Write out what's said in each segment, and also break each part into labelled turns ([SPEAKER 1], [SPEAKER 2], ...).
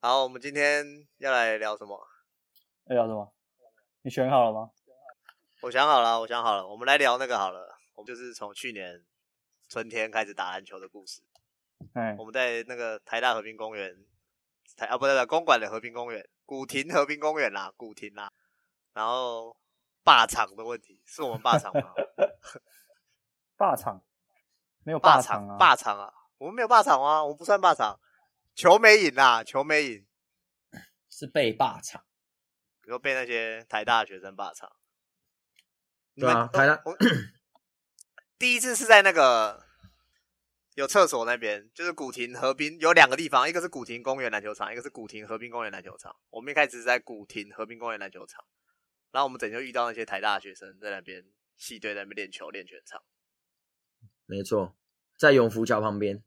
[SPEAKER 1] 好，我们今天要来聊什么？
[SPEAKER 2] 要聊什么？你选好了吗？
[SPEAKER 1] 我想好了，我想好了，我们来聊那个好了。我们就是从去年春天开始打篮球的故事。
[SPEAKER 2] 哎
[SPEAKER 1] 我，们在那个台大和平公园，台啊不对不对，公馆的和平公园，古亭和平公园啦，古亭啦。然后霸场的问题，是我们霸场 吗？
[SPEAKER 2] 霸场没有
[SPEAKER 1] 霸
[SPEAKER 2] 场啊，
[SPEAKER 1] 霸场啊，我们没有霸场啊，我们不算霸场。球没赢啦，球没赢，
[SPEAKER 3] 是被霸场。
[SPEAKER 1] 比如被那些台大学生霸场。
[SPEAKER 3] 对啊
[SPEAKER 1] 你们
[SPEAKER 3] 台大
[SPEAKER 1] 我第一次是在那个有厕所那边，就是古亭河滨有两个地方，一个是古亭公园篮球场，一个是古亭河滨公园篮球场。我们一开始是在古亭河滨公园篮球场，然后我们整就遇到那些台大学生在那边系队在那边练球练全场。
[SPEAKER 3] 没错，在永福桥旁边。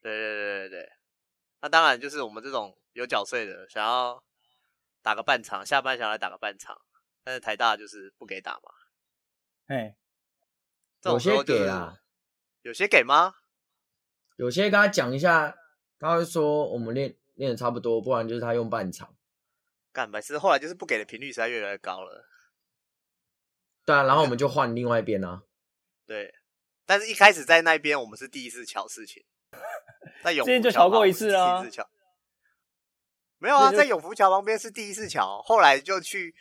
[SPEAKER 1] 对对对对对，那当然就是我们这种有缴税的，想要打个半场，下班想来打个半场，但是台大就是不给打嘛。
[SPEAKER 2] 哎，
[SPEAKER 1] 这种时候就是
[SPEAKER 3] 有些给啦，
[SPEAKER 1] 有些给吗？
[SPEAKER 3] 有些跟他讲一下，他会说我们练练的差不多，不然就是他用半场。
[SPEAKER 1] 干白痴，后来就是不给的频率实在越来越高了。
[SPEAKER 3] 对啊，然后我们就换另外一边啊。
[SPEAKER 1] 对，但是一开始在那边我们是第一次瞧事情，在永福
[SPEAKER 2] 之前就
[SPEAKER 1] 桥
[SPEAKER 2] 瞧过
[SPEAKER 1] 旁
[SPEAKER 2] 一次
[SPEAKER 1] 我们是
[SPEAKER 2] 啊
[SPEAKER 1] 第一次瞧，没有啊，
[SPEAKER 2] 之前就
[SPEAKER 1] 在永福桥旁边是第一次瞧，后来就去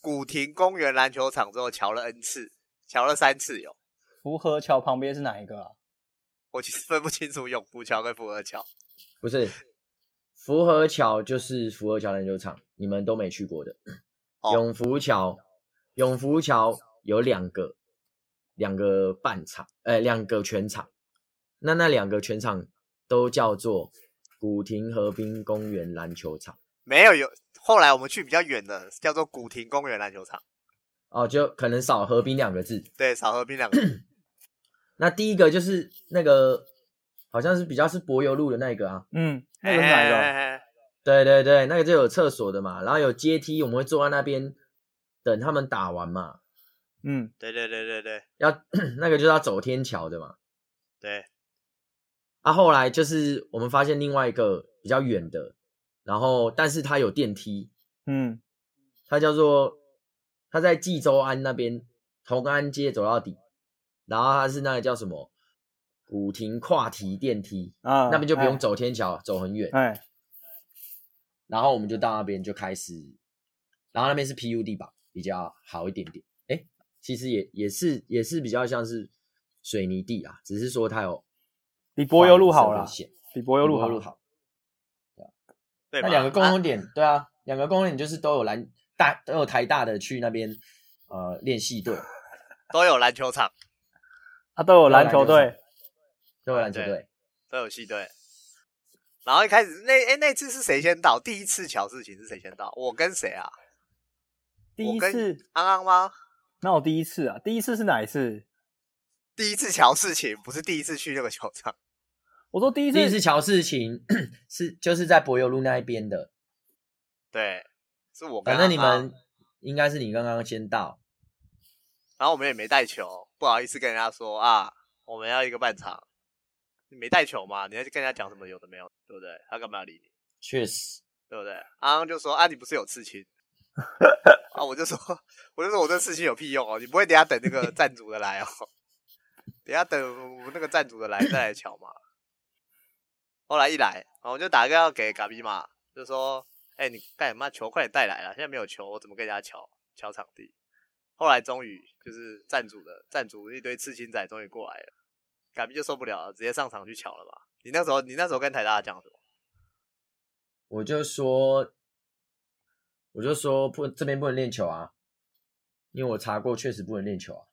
[SPEAKER 1] 古亭公园篮球场之后瞧了 N 次，瞧了三次有，
[SPEAKER 2] 福和桥旁边是哪一个啊？
[SPEAKER 1] 我其实分不清楚永福桥跟福和桥。
[SPEAKER 3] 不是，福和桥就是福和桥篮球场，你们都没去过的。
[SPEAKER 1] 哦
[SPEAKER 3] 永福桥，永福桥有两个，两个半场，呃，两个全场。那那两个全场都叫做古亭河滨公园篮球场。
[SPEAKER 1] 没有有，后来我们去比较远的，叫做古亭公园篮球场，
[SPEAKER 3] 哦，就可能少河滨两个字。
[SPEAKER 1] 对，少河滨两个
[SPEAKER 3] 那第一个就是那个，好像是比较是柏油路的那个啊。
[SPEAKER 2] 嗯，那个是哪一个
[SPEAKER 1] 哎
[SPEAKER 2] 啊？
[SPEAKER 1] 哎哎
[SPEAKER 3] 对对对，那个就有厕所的嘛，然后有阶梯，我们会坐在那边等他们打完嘛。
[SPEAKER 2] 嗯，
[SPEAKER 1] 对对对对对
[SPEAKER 3] 要 那个就是要走天桥的嘛。
[SPEAKER 1] 对，
[SPEAKER 3] 啊，后来就是我们发现另外一个比较远的，然后但是它有电梯，
[SPEAKER 2] 嗯，
[SPEAKER 3] 它叫做它在济州安那边同安街走到底，然后它是那个叫什么古亭跨堤电梯，
[SPEAKER 2] 啊，
[SPEAKER 3] 那边就不用
[SPEAKER 2] 哎。
[SPEAKER 3] 走天桥，走很远。
[SPEAKER 2] 哎，
[SPEAKER 3] 然后我们就到那边就开始，然后那边是 PUD 吧，比较好一点点。哎，其实也也是也是比较像是水泥地啊，只是说它有
[SPEAKER 2] 比柏油路好
[SPEAKER 3] 了
[SPEAKER 2] 啦，，比柏油路好。
[SPEAKER 3] 柏油路好。
[SPEAKER 1] 对吧，
[SPEAKER 3] 那两个共
[SPEAKER 1] 啊
[SPEAKER 3] 同点，对啊，两个共同点就是都有篮大都有台大的去那边呃练系队，
[SPEAKER 1] 都有篮球场，
[SPEAKER 2] 啊，都有篮球
[SPEAKER 3] 都有
[SPEAKER 2] 队
[SPEAKER 3] 篮球，都有篮球
[SPEAKER 1] 对
[SPEAKER 3] 队。
[SPEAKER 1] 都有系队。然后一开始那哎、那次是谁先到？第一次乔事情是谁先到？我跟谁啊？
[SPEAKER 2] 第一
[SPEAKER 1] 我跟
[SPEAKER 2] 次，
[SPEAKER 1] 安安吗？
[SPEAKER 2] 那我第一次啊，第一次是哪一次？
[SPEAKER 1] 第一次乔事情不是第一次去那个球场，
[SPEAKER 2] 我说第一次，
[SPEAKER 3] 第一次乔事情是就是在柏油路那一边的，
[SPEAKER 1] 对，是我跟
[SPEAKER 3] 反
[SPEAKER 1] 安安。
[SPEAKER 3] 正你们应该是你刚刚先到，
[SPEAKER 1] 然后我们也没带球，不好意思跟人家说啊，我们要一个半场，你没带球嘛？你要去跟人家讲什么有的没有，对不对？他干嘛要理你，
[SPEAKER 3] 确实
[SPEAKER 1] 对不对？安安就说啊，你不是有刺青？啊，我就说，我就说我这刺青有屁用哦，你不会等下等那个赞助的来哦， 等下等我们那个赞助的来再来瞧嘛。后来一来，然后我就打个电话给嘎比嘛，就说，哎、你干嘛球快点带来了，现在没有球，我怎么跟人家瞧瞧场地？后来终于就是赞助的赞助一堆刺青仔终于过来了，嘎比就受不了了，直接上场去瞧了吧。你那时候你那时候跟台大讲什么？
[SPEAKER 3] 我就说我就说不这边不能练球啊，因为我查过确实不能练球啊，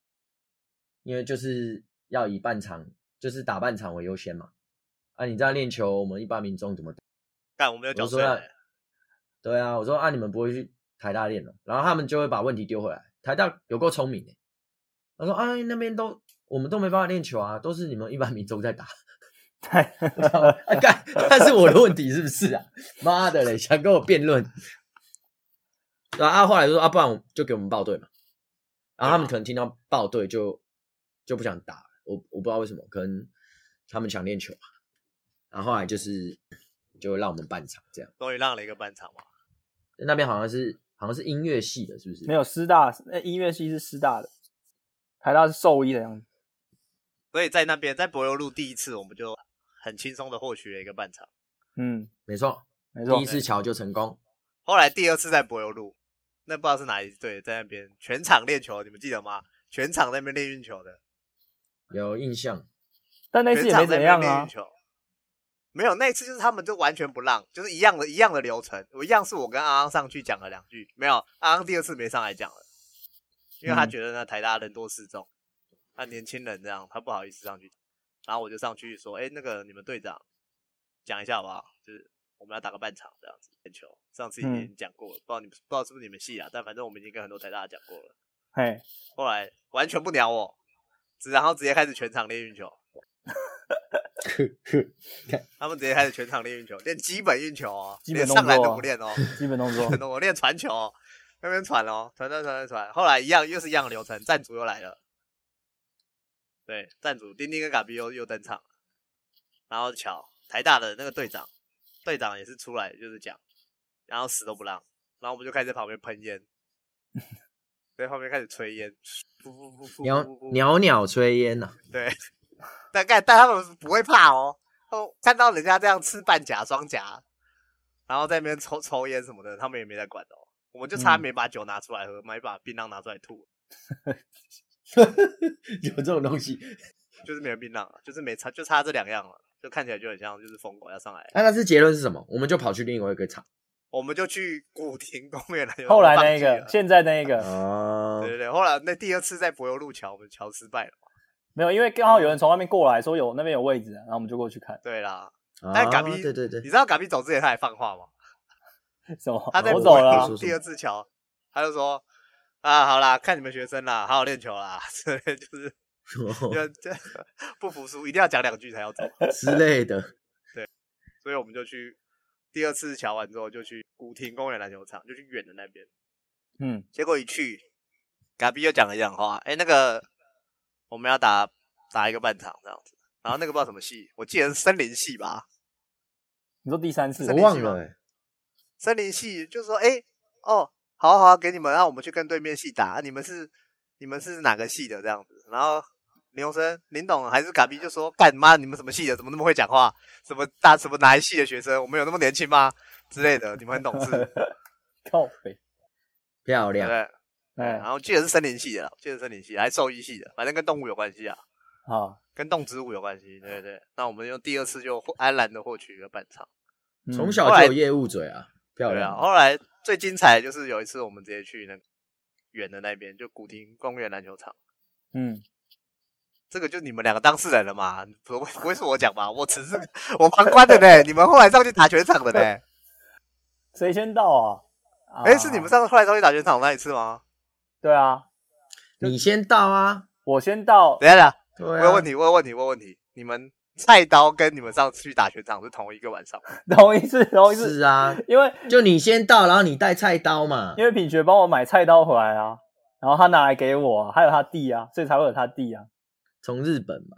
[SPEAKER 3] 因为就是要以半场就是打半场为优先嘛。啊，你这样练球，我们一般民众怎么打？
[SPEAKER 1] 干我没有
[SPEAKER 3] 我
[SPEAKER 1] 缴
[SPEAKER 3] 说
[SPEAKER 1] 税、
[SPEAKER 3] 那
[SPEAKER 1] 欸，
[SPEAKER 3] 对啊，我说啊，你们不会去台大练哦，然后他们就会把问题丢回来。台大有够聪明的，他说啊，那边都我们都没办法练球啊，都是你们一般民众在打。我想啊，干，那是我的问题是不是啊？ 妈的嘞，想跟我辩论。然后啊，后来就说啊，不然我就给我们报队嘛。然后他们可能听到报队就就不想打了，我我不知道为什么，可能他们想练球嘛。然后后来就是就会让我们半场这样。
[SPEAKER 1] 终于让了一个半场嘛。
[SPEAKER 3] 那边好像是好像是音乐系的，是不 是？
[SPEAKER 2] 没有师大，那音乐系是师大的，台大是兽医的样子。
[SPEAKER 1] 所以在那边，在柏油路第一次，我们就很轻松的获取了一个半场。
[SPEAKER 2] 嗯，
[SPEAKER 3] 没错，
[SPEAKER 2] 没错
[SPEAKER 3] 第一，次桥就成功。
[SPEAKER 1] 后来第二次在柏油路，那不知道是哪一队在那边全场练球，你们记得吗？全场在那边练运球的，
[SPEAKER 3] 有印 象，
[SPEAKER 2] 但那次
[SPEAKER 1] 全
[SPEAKER 2] 也没
[SPEAKER 1] 场在
[SPEAKER 2] 怎
[SPEAKER 1] 那边
[SPEAKER 2] 样
[SPEAKER 1] 练运
[SPEAKER 2] 啊。
[SPEAKER 1] 球。没有，那一次就是他们就完全不让，就是一样的一样的流程。我一样是我跟阿昂上去讲了两句，没有阿昂第二次没上来讲了，因为他
[SPEAKER 2] 嗯
[SPEAKER 1] 觉得那台大人多势众，那年轻人这样，他不好意思上去。然后我就上去说：“哎，那个你们队长讲一下好不好？就是我们要打个半场这样子练球。上次已
[SPEAKER 2] 嗯
[SPEAKER 1] 经讲过了，不知道你们不知道是不是你们系啊，但反正我们已经跟很多台大讲过了。
[SPEAKER 2] 嘿，
[SPEAKER 1] 后来完全不鸟我，只然后直接开始全场练运球。他们直接开始全场练运球，练基本运球哦，
[SPEAKER 2] 基
[SPEAKER 1] 连
[SPEAKER 2] 本动
[SPEAKER 1] 上篮
[SPEAKER 2] 作
[SPEAKER 1] 都
[SPEAKER 2] 啊
[SPEAKER 1] 不练哦，
[SPEAKER 2] 基本动 作
[SPEAKER 1] 可。能我练传球哦，那边传哦，传传传传传，后来一样又是一样的流程，站主又来了，对，站主丁丁跟嘎比又又登场了，然后巧台大的那个队长，队长也是出来就是讲，然后死都不让，然后我们就开始在旁边喷烟，在旁边开始吹烟，噗噗噗噗
[SPEAKER 3] 袅
[SPEAKER 1] 噗噗
[SPEAKER 3] 袅袅炊烟啊呐、
[SPEAKER 1] 对，但但但他们不会怕哦，他们看到人家这样吃半甲双甲，然后在那边抽抽烟什么的，他们也没在管的哦。我们就差
[SPEAKER 2] 嗯
[SPEAKER 1] 没把酒拿出来喝，没把槟榔拿出来吐，
[SPEAKER 3] 有这种东西。
[SPEAKER 1] 就是没有槟榔啊，就是没差，就差这两样了，就看起来就很像就是疯狗要上来。
[SPEAKER 3] 那、那次结论是什么？我们就跑去另外一个场。
[SPEAKER 1] 我们就去古亭公园了。
[SPEAKER 2] 后来
[SPEAKER 1] 放
[SPEAKER 2] 那
[SPEAKER 1] 弃
[SPEAKER 2] 个
[SPEAKER 1] 了，
[SPEAKER 2] 现在那个
[SPEAKER 3] 哦
[SPEAKER 1] 对，对对，后来那第二次在柏油路桥，我们桥失败了嘛。
[SPEAKER 2] 没有，因为刚好有
[SPEAKER 1] 哦
[SPEAKER 2] 人从外面过来说有那边有位置啊，然后我们就过去看。
[SPEAKER 1] 对啦，但
[SPEAKER 3] 哎，
[SPEAKER 1] 嘎逼
[SPEAKER 3] 对对
[SPEAKER 1] 你
[SPEAKER 3] 对，
[SPEAKER 1] 知道嘎比走之前他还放话吗？
[SPEAKER 2] 什么？
[SPEAKER 1] 他在
[SPEAKER 2] 我
[SPEAKER 1] 柏
[SPEAKER 2] 走
[SPEAKER 1] 油
[SPEAKER 2] 了啊
[SPEAKER 3] 我说
[SPEAKER 1] 第二次桥，他就说啊，好啦，看你们学生啦，好好练球啦， 这就是就这不服输，一定要讲两句才要走。
[SPEAKER 3] 之类的。
[SPEAKER 1] 所以我们就去第二次桥完之后，就去古亭公园篮球场，就去远的那边。
[SPEAKER 2] 嗯，
[SPEAKER 1] 结果一去，嘎比又讲了一样话，哎、那个我们要打打一个半场这样子。然后那个不知道什么系，我记得是森林系吧，
[SPEAKER 2] 你说第三次
[SPEAKER 1] 是
[SPEAKER 3] 我
[SPEAKER 1] 你
[SPEAKER 3] 忘了、欸，
[SPEAKER 1] 森林系就说，哎、哦，好啊好啊，给你们，让我们去跟对面系打。啊你们是你们是哪个系的这样子？然后林鸿生、林董还是嘎逼就说，干妈，你们什么系的？怎么那么会讲话？什么大什么哪一系的学生？我们有那么年轻吗？之类的，你们很懂 事，对
[SPEAKER 2] 靠北，
[SPEAKER 3] 漂
[SPEAKER 1] 不
[SPEAKER 3] 亮。
[SPEAKER 1] 对？啊
[SPEAKER 2] 哎
[SPEAKER 1] 然，后记得是森林系的啦，记得是森林系的，还是兽医系的，反正跟动物有关系啊，
[SPEAKER 2] 好，
[SPEAKER 1] 跟动植物有关系，对对对。那我们用第二次就获安然的获取一个半场。
[SPEAKER 2] 嗯
[SPEAKER 3] 从小就有业务嘴啊，漂
[SPEAKER 1] 对啊，
[SPEAKER 3] 亮。
[SPEAKER 1] 后来最精彩的就是有一次我们直接去那个远的那边，就古亭公园篮球场。
[SPEAKER 2] 嗯，
[SPEAKER 1] 这个就你们两个当事人了嘛，不会不会是我讲吧？我只是我旁观的呢，你们后来上去打全场的 呢。
[SPEAKER 2] 谁先到啊？啊
[SPEAKER 1] 哎、是你们？上后来上去打全场那一次吗？
[SPEAKER 2] 对啊，
[SPEAKER 3] 你先到啊，
[SPEAKER 2] 我先到
[SPEAKER 1] 等。一下等一下，
[SPEAKER 3] 对
[SPEAKER 1] 我
[SPEAKER 3] 啊。
[SPEAKER 1] 有问题，我有问题，我有问题。你们菜刀跟你们上次去打全场是同一个晚上吗？
[SPEAKER 2] 同一次，同哦一
[SPEAKER 3] 是
[SPEAKER 2] 次，
[SPEAKER 3] 啊，
[SPEAKER 2] 因为
[SPEAKER 3] 就你先到，然后你带菜刀嘛
[SPEAKER 2] 因。为品学帮我买菜刀回来啊，然后他拿来给我、啊，还有他弟啊，所以才会有他弟啊，
[SPEAKER 3] 从日本嘛，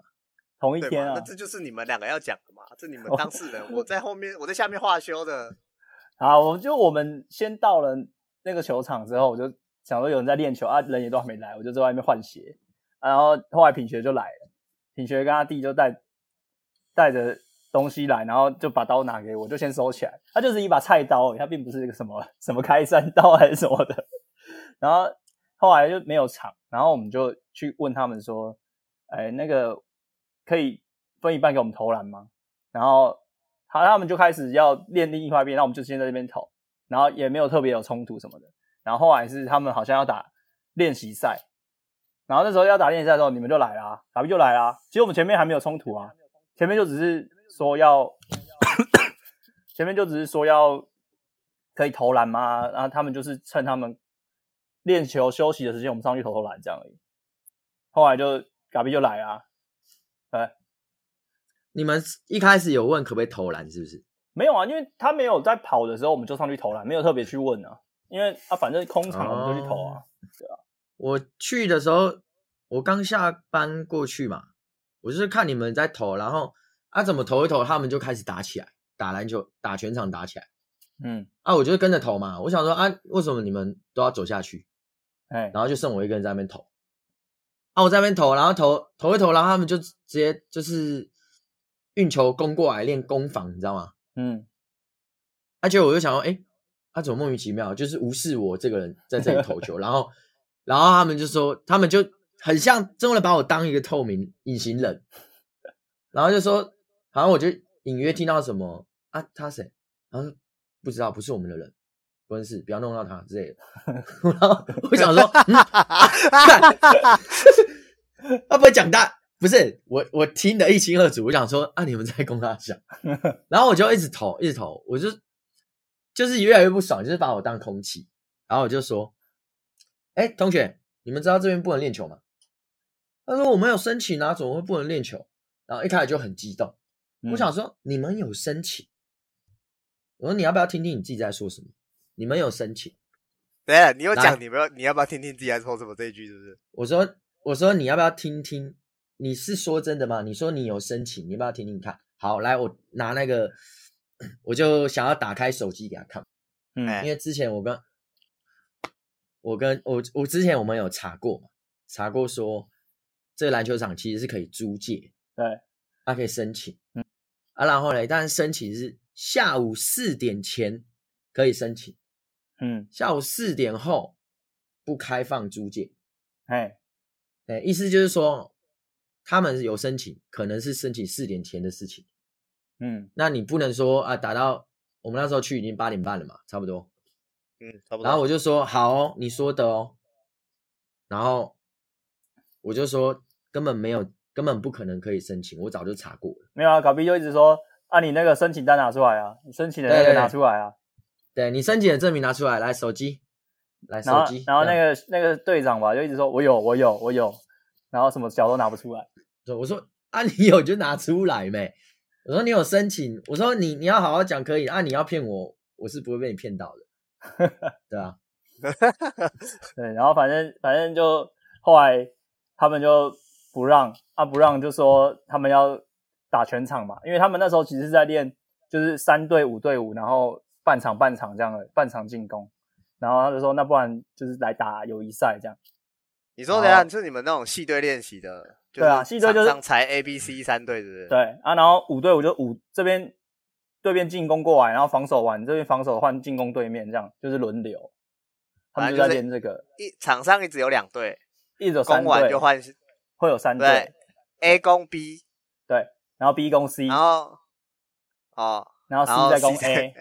[SPEAKER 2] 同一
[SPEAKER 1] 对
[SPEAKER 2] 天
[SPEAKER 1] 吗？
[SPEAKER 2] 啊
[SPEAKER 1] 那。这就是你们两个要讲的嘛，这你们
[SPEAKER 3] 哦
[SPEAKER 1] 当事 人，我在后面，我在下面画修的。
[SPEAKER 2] 啊，我就我们先到了那个球场之后，我就想说有人在练球啊，人也都还没来，我就在外面换鞋。啊然后后来品学就来了，品学跟他弟就带带着东西来，然后就把刀拿给我，就先收起来。他就是一把菜刀而已，他并不是一个什么什么开山刀还是什么的。 然后后来就没有场，然后我们就去问他们说，哎，那个可以分一半给我们投篮吗？然后好，他们就开始要练另一块边，那我们就先在这边投，然后也没有特别有冲突什么的。然后后来是他们好像要打练习赛，然后那时候要打练习赛的时候，你们就来啦，打 B 就来啦。其实我们前面还没有冲突啊，前面就只是说要，前面就只是说要可以投篮嘛，然后他们就是趁他们练球休息的时间，我们上去投投篮这样而已。后来就嘎比就来啦，
[SPEAKER 3] 你们一开始有问可不可以投篮，是不是？
[SPEAKER 2] 没有啊，因为他没有在跑的时候，我们就上去投篮，没有特别去问啊。因为啊，反正空场我们就去
[SPEAKER 3] 哦
[SPEAKER 2] 投啊。
[SPEAKER 3] 我去的时候，我刚下班过去嘛，我就是看你们在投，然后啊怎么投一投，他们就开始打起来，打篮球打全场打起来
[SPEAKER 2] 嗯，
[SPEAKER 3] 啊，我就跟着投嘛。我想说啊，为什么你们都要走下去？
[SPEAKER 2] 哎，
[SPEAKER 3] 然后就剩我一个人在那边投。啊，我在那边投，然后投投一投，然后他们就直接就是运球攻过来练攻防，你知道吗？
[SPEAKER 2] 嗯，
[SPEAKER 3] 而且我就想说，哎、他怎么莫名其妙就是无视我这个人在这里投球，然后，然后他们就说，他们就很像真的把我当一个透明隐形人，然后就说，好像我就隐约听到什么啊，他谁？然后说不知道，不是我们的人，不认识，不要弄到他之类的。 然后我想说，嗯， 他不会讲大，不是我，我听得一清二楚。我想说啊，你们在攻他小，然后我就一直投，一直投，我就就是越来越不爽，就是把我当空气。然后我就说，哎，同学，你们知道这边不能练球吗？他说我们有申请啊，怎么会不能练球？然后一开始就很激动，
[SPEAKER 2] 嗯
[SPEAKER 3] 我想说你们有申请，我说你要不要听听你自己在说什么？你们有申请。
[SPEAKER 1] 等一下，你有
[SPEAKER 3] 来
[SPEAKER 1] 讲你们要你要不要听听自己在说什么这一句是不是？
[SPEAKER 3] 我说我说你要不要听听？你是说真的吗？你说你有申请，你要不要听听看？好，来，我拿那个，我就想要打开手机给他看，
[SPEAKER 2] 嗯，
[SPEAKER 1] 哎
[SPEAKER 3] 因为之前我跟，我跟我我之前我们有查过嘛，查过说这个篮球场其实是可以租借，
[SPEAKER 2] 对，
[SPEAKER 3] 他可以申请，啊，然后嘞，但是申请是下午四点前可以申请，
[SPEAKER 2] 嗯，
[SPEAKER 3] 下午四点后不开放租借，
[SPEAKER 2] 哎，
[SPEAKER 3] 哎，意思就是说，他们有申请，可能是申请四点前的事情。
[SPEAKER 2] 嗯，
[SPEAKER 3] 那你不能说啊，打到我们那时候去已经八点半了嘛，差不多。
[SPEAKER 1] 嗯，差不
[SPEAKER 3] 然后我就说好哦，你说的哦。然后我就说根本没有，根本不可能可以申请，我早就查过了。
[SPEAKER 2] 没有啊，搞逼就一直说啊，你那个申请单拿出来啊，你申请的那
[SPEAKER 3] 对
[SPEAKER 2] 个
[SPEAKER 3] 对
[SPEAKER 2] 拿出来啊，
[SPEAKER 3] 对你申请的证明拿出来，来手机，来手
[SPEAKER 2] 然后
[SPEAKER 3] 机。嗯
[SPEAKER 2] 然后
[SPEAKER 3] 这
[SPEAKER 2] 那
[SPEAKER 3] 样
[SPEAKER 2] 个那个队长吧，就一直说我有我有我有，然后什么脚都拿不出来，
[SPEAKER 3] 说我说啊，你有就拿出来没？我说你有申请，我说你你要好好讲可以啊，你要骗我，我是不会被你骗到的， 对啊。
[SPEAKER 2] 对，然后反正反正就后来他们就不让啊不让，就说他们要打全场嘛，因为他们那时候其实是在练就是三对五对五，然后半场半场这样的半场进攻，然后他就说那不然就是来打友谊赛这样。
[SPEAKER 1] 你说等一下，就是你们那种系队练习的，就
[SPEAKER 2] 对啊系队就是
[SPEAKER 1] 场上才 A、B、C 三队，是不是？
[SPEAKER 2] 对啊，然后五对五就五这边对面进攻过来，然后防守完这边防守换进攻对面，这样就是轮流。他们就在
[SPEAKER 1] 反正
[SPEAKER 2] 练这个，
[SPEAKER 1] 一场上一直有两队，
[SPEAKER 2] 一直有三
[SPEAKER 1] 攻完
[SPEAKER 2] 队
[SPEAKER 1] 就换，
[SPEAKER 2] 会有三队
[SPEAKER 1] 对，，A 攻 B，
[SPEAKER 2] 然后 B 攻 C，
[SPEAKER 1] 然后哦，
[SPEAKER 2] 然
[SPEAKER 1] 然
[SPEAKER 2] 后
[SPEAKER 1] 后
[SPEAKER 2] C 再攻
[SPEAKER 1] C 再
[SPEAKER 2] A，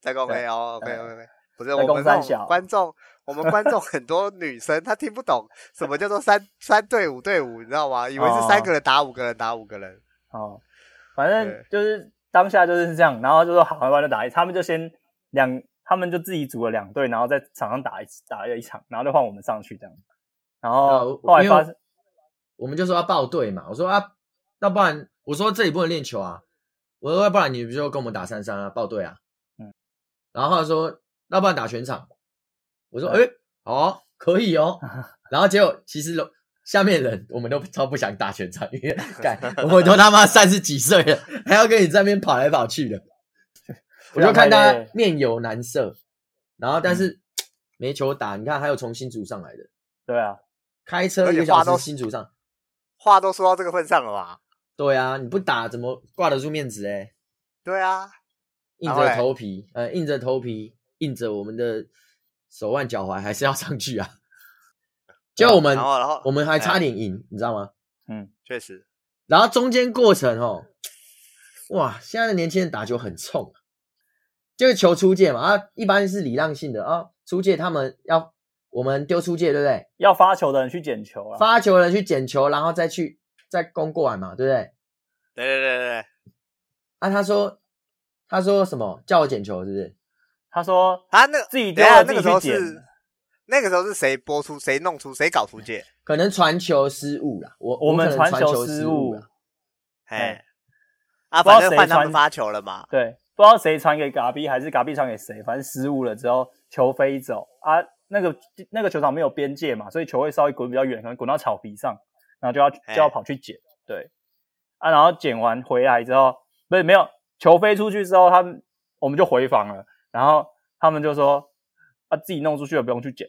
[SPEAKER 1] 再攻
[SPEAKER 2] 对
[SPEAKER 1] A 哦，OK OK，不是
[SPEAKER 2] 再
[SPEAKER 1] 我
[SPEAKER 2] 攻
[SPEAKER 1] 们
[SPEAKER 2] 三
[SPEAKER 1] 那
[SPEAKER 2] 小
[SPEAKER 1] 种观众，我们观众很多女生她听不懂什么叫做三三对五对五，你知道吗？以为是三个人打五个人打五个人，
[SPEAKER 2] 哦，反正
[SPEAKER 1] 对
[SPEAKER 2] 就是当下就是这样，然后就说好，要不然就打一，他们就先两，他们就自己组了两队，然后在场上打一打了一场，然后就换我们上去这样，然后
[SPEAKER 3] 我
[SPEAKER 2] 哦后来
[SPEAKER 3] 因为
[SPEAKER 2] 发生，
[SPEAKER 3] 我们就说要报队嘛，我说啊，那不然我说这里不能练球啊，我说要不然你就跟我们打三三啊，报队啊，
[SPEAKER 2] 嗯，
[SPEAKER 3] 然后他说要不然打全场，我说哎、
[SPEAKER 2] 对
[SPEAKER 3] 诶好啊、可以 哦，然后结果其实楼下面人我们都超不想打全场，因 为干我们都他妈三十几岁了，还要跟你这边跑来跑去 的，我就看
[SPEAKER 2] 大
[SPEAKER 3] 他
[SPEAKER 2] 家
[SPEAKER 3] 面有难色，然
[SPEAKER 2] 嗯
[SPEAKER 3] 后但是、没球打，你看还有从新竹上来的，
[SPEAKER 2] 对啊，
[SPEAKER 3] 开车
[SPEAKER 1] 而
[SPEAKER 3] 一
[SPEAKER 1] 且
[SPEAKER 3] 个
[SPEAKER 1] 话
[SPEAKER 3] 小
[SPEAKER 1] 都
[SPEAKER 3] 时新竹上。
[SPEAKER 1] 话都说到这个份上了吧？
[SPEAKER 3] 对啊，你不打怎么挂得住面子哎？
[SPEAKER 1] 对啊，
[SPEAKER 3] 硬
[SPEAKER 1] 然后嘞
[SPEAKER 3] 着头皮，呃，硬着头皮，硬着我们的手腕脚踝还是要上去 啊。结果我们
[SPEAKER 1] 然后然后
[SPEAKER 3] 我们还差
[SPEAKER 1] 哎
[SPEAKER 3] 点赢，你知道吗？
[SPEAKER 2] 嗯，
[SPEAKER 1] 确实，
[SPEAKER 3] 然后中间过程哦，哇，现在的年轻人打球很冲、啊，就是球出界嘛，啊，一般是礼让性的啊，出界他们要我们丢出界，对不对？
[SPEAKER 2] 要发球的人去捡球啊，
[SPEAKER 3] 发球的人去捡球，然后再去再攻过来嘛，对不对？
[SPEAKER 1] 对对对对对，
[SPEAKER 3] 啊，他说他说什么叫我捡球是不是？
[SPEAKER 2] 他说
[SPEAKER 1] 啊那
[SPEAKER 2] 自己
[SPEAKER 1] 等
[SPEAKER 2] 丢
[SPEAKER 1] 一下
[SPEAKER 2] 了
[SPEAKER 1] 那
[SPEAKER 2] 自
[SPEAKER 1] 个时
[SPEAKER 2] 己去
[SPEAKER 1] 候
[SPEAKER 2] 捡，
[SPEAKER 1] 是那个时候是谁播出谁弄出谁搞
[SPEAKER 2] 哎
[SPEAKER 1] 出界？
[SPEAKER 3] 可能传球失误啦，我
[SPEAKER 2] 我们
[SPEAKER 3] 可能
[SPEAKER 2] 传
[SPEAKER 3] 传
[SPEAKER 2] 球失
[SPEAKER 3] 失
[SPEAKER 2] 误
[SPEAKER 3] 啦，
[SPEAKER 1] 哎，啊，
[SPEAKER 2] 不知
[SPEAKER 1] 反
[SPEAKER 2] 道
[SPEAKER 1] 正
[SPEAKER 2] 谁
[SPEAKER 1] 换他们
[SPEAKER 2] 传
[SPEAKER 1] 发球了嘛。
[SPEAKER 2] 对，不知道谁传给嘎比还是嘎比传给谁，反正失误了之后球飞走啊，那个那个球场没有边界嘛，所以球会稍微滚比较远，可能滚到草皮上，然后就要就要
[SPEAKER 1] 哎
[SPEAKER 2] 跑去捡，对，啊，然后捡完回来之后，不是没有球飞出去之后，他们我们就回防了，然后他们就说啊自己弄出去了，不用去捡，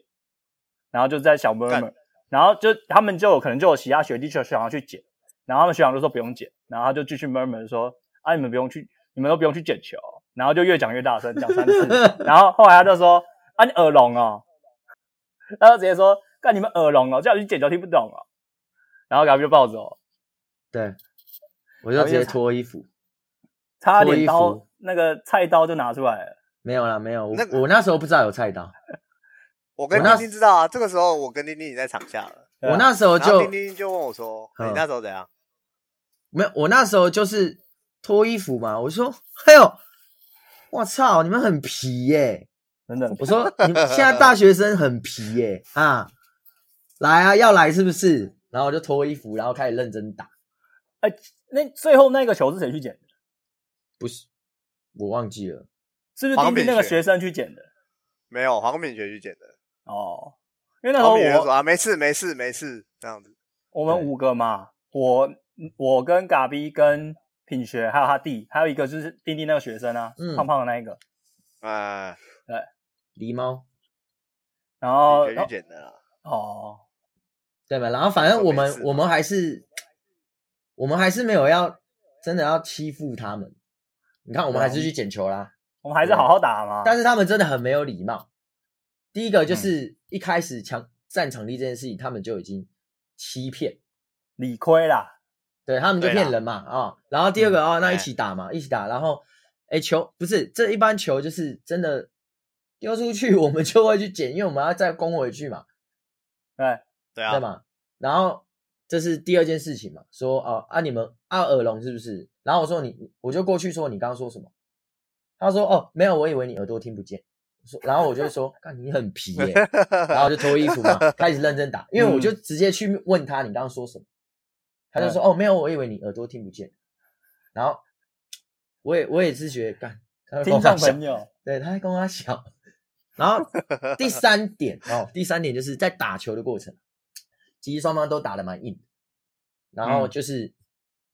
[SPEAKER 2] 然后就在小 m u
[SPEAKER 1] 干
[SPEAKER 2] 然后就他们就有可能就有其他学弟学学长去捡，然后他们学长就说不用捡，然后他就继续 murmur 说啊你们不用去，你们都不用去捡球，然后就越讲越大声，讲三次， 然后后来他就说啊你耳聋哦，他就直接说干你们耳聋哦，叫你去捡球听不懂哦，然后给他们就抱哦走，
[SPEAKER 3] 对，我就直接脱衣服。
[SPEAKER 2] 差
[SPEAKER 3] 脱
[SPEAKER 2] 点
[SPEAKER 3] 衣
[SPEAKER 2] 刀
[SPEAKER 3] 服
[SPEAKER 2] 那个菜刀就拿出来了。
[SPEAKER 3] 没有啦，没有，我
[SPEAKER 1] 那
[SPEAKER 3] 我那时候不知道有菜刀，
[SPEAKER 1] 我跟
[SPEAKER 3] 我那
[SPEAKER 1] 丁丁知道啊，这个时候我跟丁丁已经在场下了，
[SPEAKER 2] 对啊
[SPEAKER 3] 我那时候
[SPEAKER 1] 然后
[SPEAKER 3] 就
[SPEAKER 1] 丁丁就问我说：“哎
[SPEAKER 3] 嗯
[SPEAKER 1] 你那时候怎样
[SPEAKER 3] 没有，我那时候就是脱衣服嘛，我说，哎呦，我操，你们很皮耶、
[SPEAKER 2] 真的
[SPEAKER 3] 我说你们现在大学生很皮耶、啊，来啊，要来是不是？然后我就脱衣服，然后开始认真打，
[SPEAKER 2] 哎、那最后那个球是谁去捡的？
[SPEAKER 3] 不是，我忘记了，
[SPEAKER 2] 是不是
[SPEAKER 1] 黄
[SPEAKER 2] 丁丁
[SPEAKER 1] 炳
[SPEAKER 2] 那个
[SPEAKER 1] 学
[SPEAKER 2] 学生去捡的？？”
[SPEAKER 1] 没有，黄敏学去捡的。
[SPEAKER 2] 哦，因为那时候
[SPEAKER 1] 黄敏学就
[SPEAKER 2] 我
[SPEAKER 1] 说：“啊，没事，没事，没事。”这样子，
[SPEAKER 2] 我们
[SPEAKER 3] 对
[SPEAKER 2] 五个嘛，我我跟嘎逼跟品学还有他弟，还有一个就是丁丁那个学生啊，
[SPEAKER 3] 嗯
[SPEAKER 2] 胖胖的那一个。
[SPEAKER 1] 哎，
[SPEAKER 3] 狸猫
[SPEAKER 2] 然后
[SPEAKER 1] 学去捡的啊啦。
[SPEAKER 2] 哦，
[SPEAKER 3] 对吧？然后反正我
[SPEAKER 1] 没事
[SPEAKER 3] 们
[SPEAKER 1] 嘛
[SPEAKER 3] 我们还是我们还是没有要真的要欺负他们，你看我们还
[SPEAKER 1] 啊
[SPEAKER 3] 是去捡球啦。
[SPEAKER 2] 我们还是好好打嘛。
[SPEAKER 3] 但
[SPEAKER 2] 是
[SPEAKER 3] 是他们真的很没有礼貌。第一个
[SPEAKER 1] 嗯
[SPEAKER 3] 就是一开始抢占场地这件事情，他们就已经欺骗，
[SPEAKER 2] 理亏啦，
[SPEAKER 3] 对他们就
[SPEAKER 1] 对啦
[SPEAKER 3] 骗人嘛啊、然后第二个啊、那
[SPEAKER 1] 哎
[SPEAKER 3] 一起打嘛，一起打。然后哎球不是这一般球就是真的丢出去，我们就会去捡，因为我们要再攻回去嘛，
[SPEAKER 2] 对，
[SPEAKER 1] 对
[SPEAKER 3] 对
[SPEAKER 1] 啊，
[SPEAKER 3] 嘛。然后这是第二件事情嘛，说哦啊你们啊耳聋是不是？然后我说你我就过去说你刚刚说什么？他说哦没有，我以为你耳朵听不见。我说然后我就说，看你很皮耶、然后就脱衣服嘛，开始认真打，因为我就直接去问他你刚刚说什么，他就说哦没有，我以为你耳朵听不见，然后我也我也是觉得干，他在
[SPEAKER 2] 听
[SPEAKER 3] 跟
[SPEAKER 2] 众
[SPEAKER 3] 他小
[SPEAKER 2] 朋，友，
[SPEAKER 3] 对，他在跟他小，然后第三点哦，第三点就是在打球的过程，其实双方都打得蛮硬的，然后
[SPEAKER 2] 嗯
[SPEAKER 3] 就是、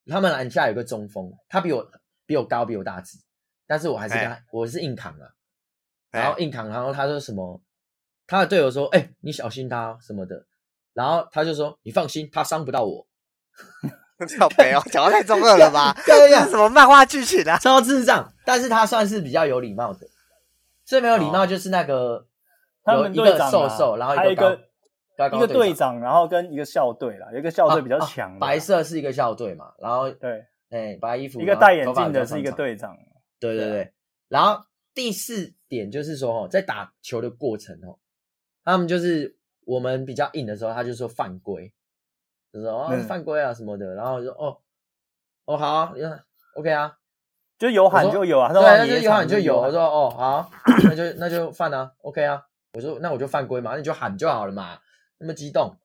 [SPEAKER 3] 他们篮下有个中锋，啊他比我比我高，比我大只，但是我还是跟他，我是硬扛啊，然后
[SPEAKER 1] 哎
[SPEAKER 3] 硬扛，然后他说什么，他的队友说：“哎、你小心他哦什么的。”然后他就说：“你放心，他伤不到我。
[SPEAKER 1] 小朋友讲话太中二了吧？
[SPEAKER 3] 对对对
[SPEAKER 1] 这是什么漫画剧情啊”？
[SPEAKER 3] 超智障，但是他算是比较有礼貌的。最没有礼貌就是那个、
[SPEAKER 2] 哦他
[SPEAKER 3] 有
[SPEAKER 2] 们
[SPEAKER 3] 一
[SPEAKER 2] 队
[SPEAKER 3] 个
[SPEAKER 2] 长、啊、
[SPEAKER 3] 瘦瘦，然后
[SPEAKER 2] 还有一
[SPEAKER 3] 个
[SPEAKER 2] 个
[SPEAKER 3] 高
[SPEAKER 2] 一
[SPEAKER 3] 高
[SPEAKER 2] 个
[SPEAKER 3] 高
[SPEAKER 2] 队
[SPEAKER 3] 长，
[SPEAKER 2] 长，然后跟一个校队啦，有一个校队比较
[SPEAKER 3] 啊啊
[SPEAKER 2] 强的啦、
[SPEAKER 3] 白色是一个校队嘛，然后
[SPEAKER 2] 对。
[SPEAKER 3] 哎、白衣服，
[SPEAKER 2] 一个
[SPEAKER 3] 然后
[SPEAKER 2] 戴眼
[SPEAKER 3] 头发
[SPEAKER 2] 镜
[SPEAKER 3] 比较
[SPEAKER 2] 的是一个
[SPEAKER 3] 长长
[SPEAKER 2] 队长，
[SPEAKER 3] 对对
[SPEAKER 2] 对啊
[SPEAKER 3] 对。然后第四点就是说哦，在打球的过程哦，他们就是我们比较硬的时候，他就说犯规，就说哦
[SPEAKER 2] 嗯
[SPEAKER 3] 犯规啊什么的，然后我就说哦哦好啊嗯，OK 啊，
[SPEAKER 2] 就有喊就有啊，
[SPEAKER 3] 对，
[SPEAKER 2] 他
[SPEAKER 3] 那
[SPEAKER 2] 说
[SPEAKER 3] 就
[SPEAKER 2] 你
[SPEAKER 3] 有喊就有，我
[SPEAKER 2] 喊
[SPEAKER 3] 说哦好， 那就那就犯啊，OK 啊，我说那我就犯规嘛，那你就喊就好了嘛，那么激动，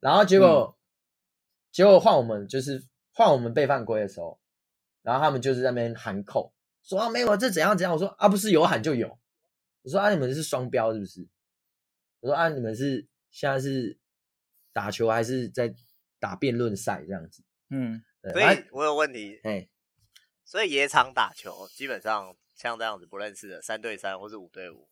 [SPEAKER 3] 然后结果、结果换我们就是换我们被犯规的时候，然后他们就是在那边喊扣，说啊没有啊这怎样怎样，我说啊不是有喊就有，我说啊你们是双标是不是？我说啊你们是现在是打球还是在打辩论赛这样子？
[SPEAKER 2] 嗯，
[SPEAKER 3] 对
[SPEAKER 1] 所
[SPEAKER 3] 反正
[SPEAKER 1] 以我有问题。
[SPEAKER 3] 哎
[SPEAKER 1] 所以野场打球，基本上像这样子不认识的三对三或是五对五，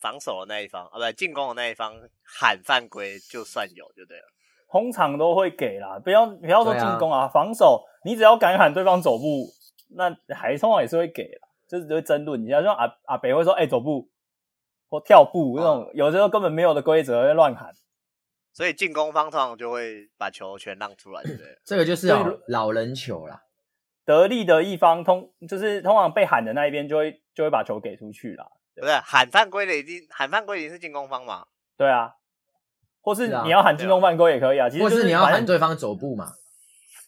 [SPEAKER 1] 防守的那一方啊，不进攻的那一方喊犯规就算有，就对了。
[SPEAKER 2] 通常都会给啦，不要不要说
[SPEAKER 3] 对
[SPEAKER 2] 进
[SPEAKER 3] 啊？
[SPEAKER 2] 攻啊，防守你只要敢喊对方走步，那还通常也是会给啦，就是会争论一下，像阿阿北会说哎、走步或跳步那种，有时候根本没有的规则会乱喊，
[SPEAKER 1] 所以进攻方通常就会把球全让出来，对不对
[SPEAKER 3] 这个就是、
[SPEAKER 2] 所以
[SPEAKER 3] 哦、老人球啦。
[SPEAKER 2] 得力的一方通就是通常被喊的那一边就会就会把球给出去啦，
[SPEAKER 1] 不是喊犯规的一定喊犯规一定是进攻方嘛？
[SPEAKER 2] 对啊，或是
[SPEAKER 3] 是啊
[SPEAKER 2] 你要喊进攻犯规也可以啊，其实
[SPEAKER 3] 或
[SPEAKER 2] 就是
[SPEAKER 3] 你要
[SPEAKER 2] 反
[SPEAKER 3] 喊
[SPEAKER 2] 正
[SPEAKER 3] 对方走步嘛，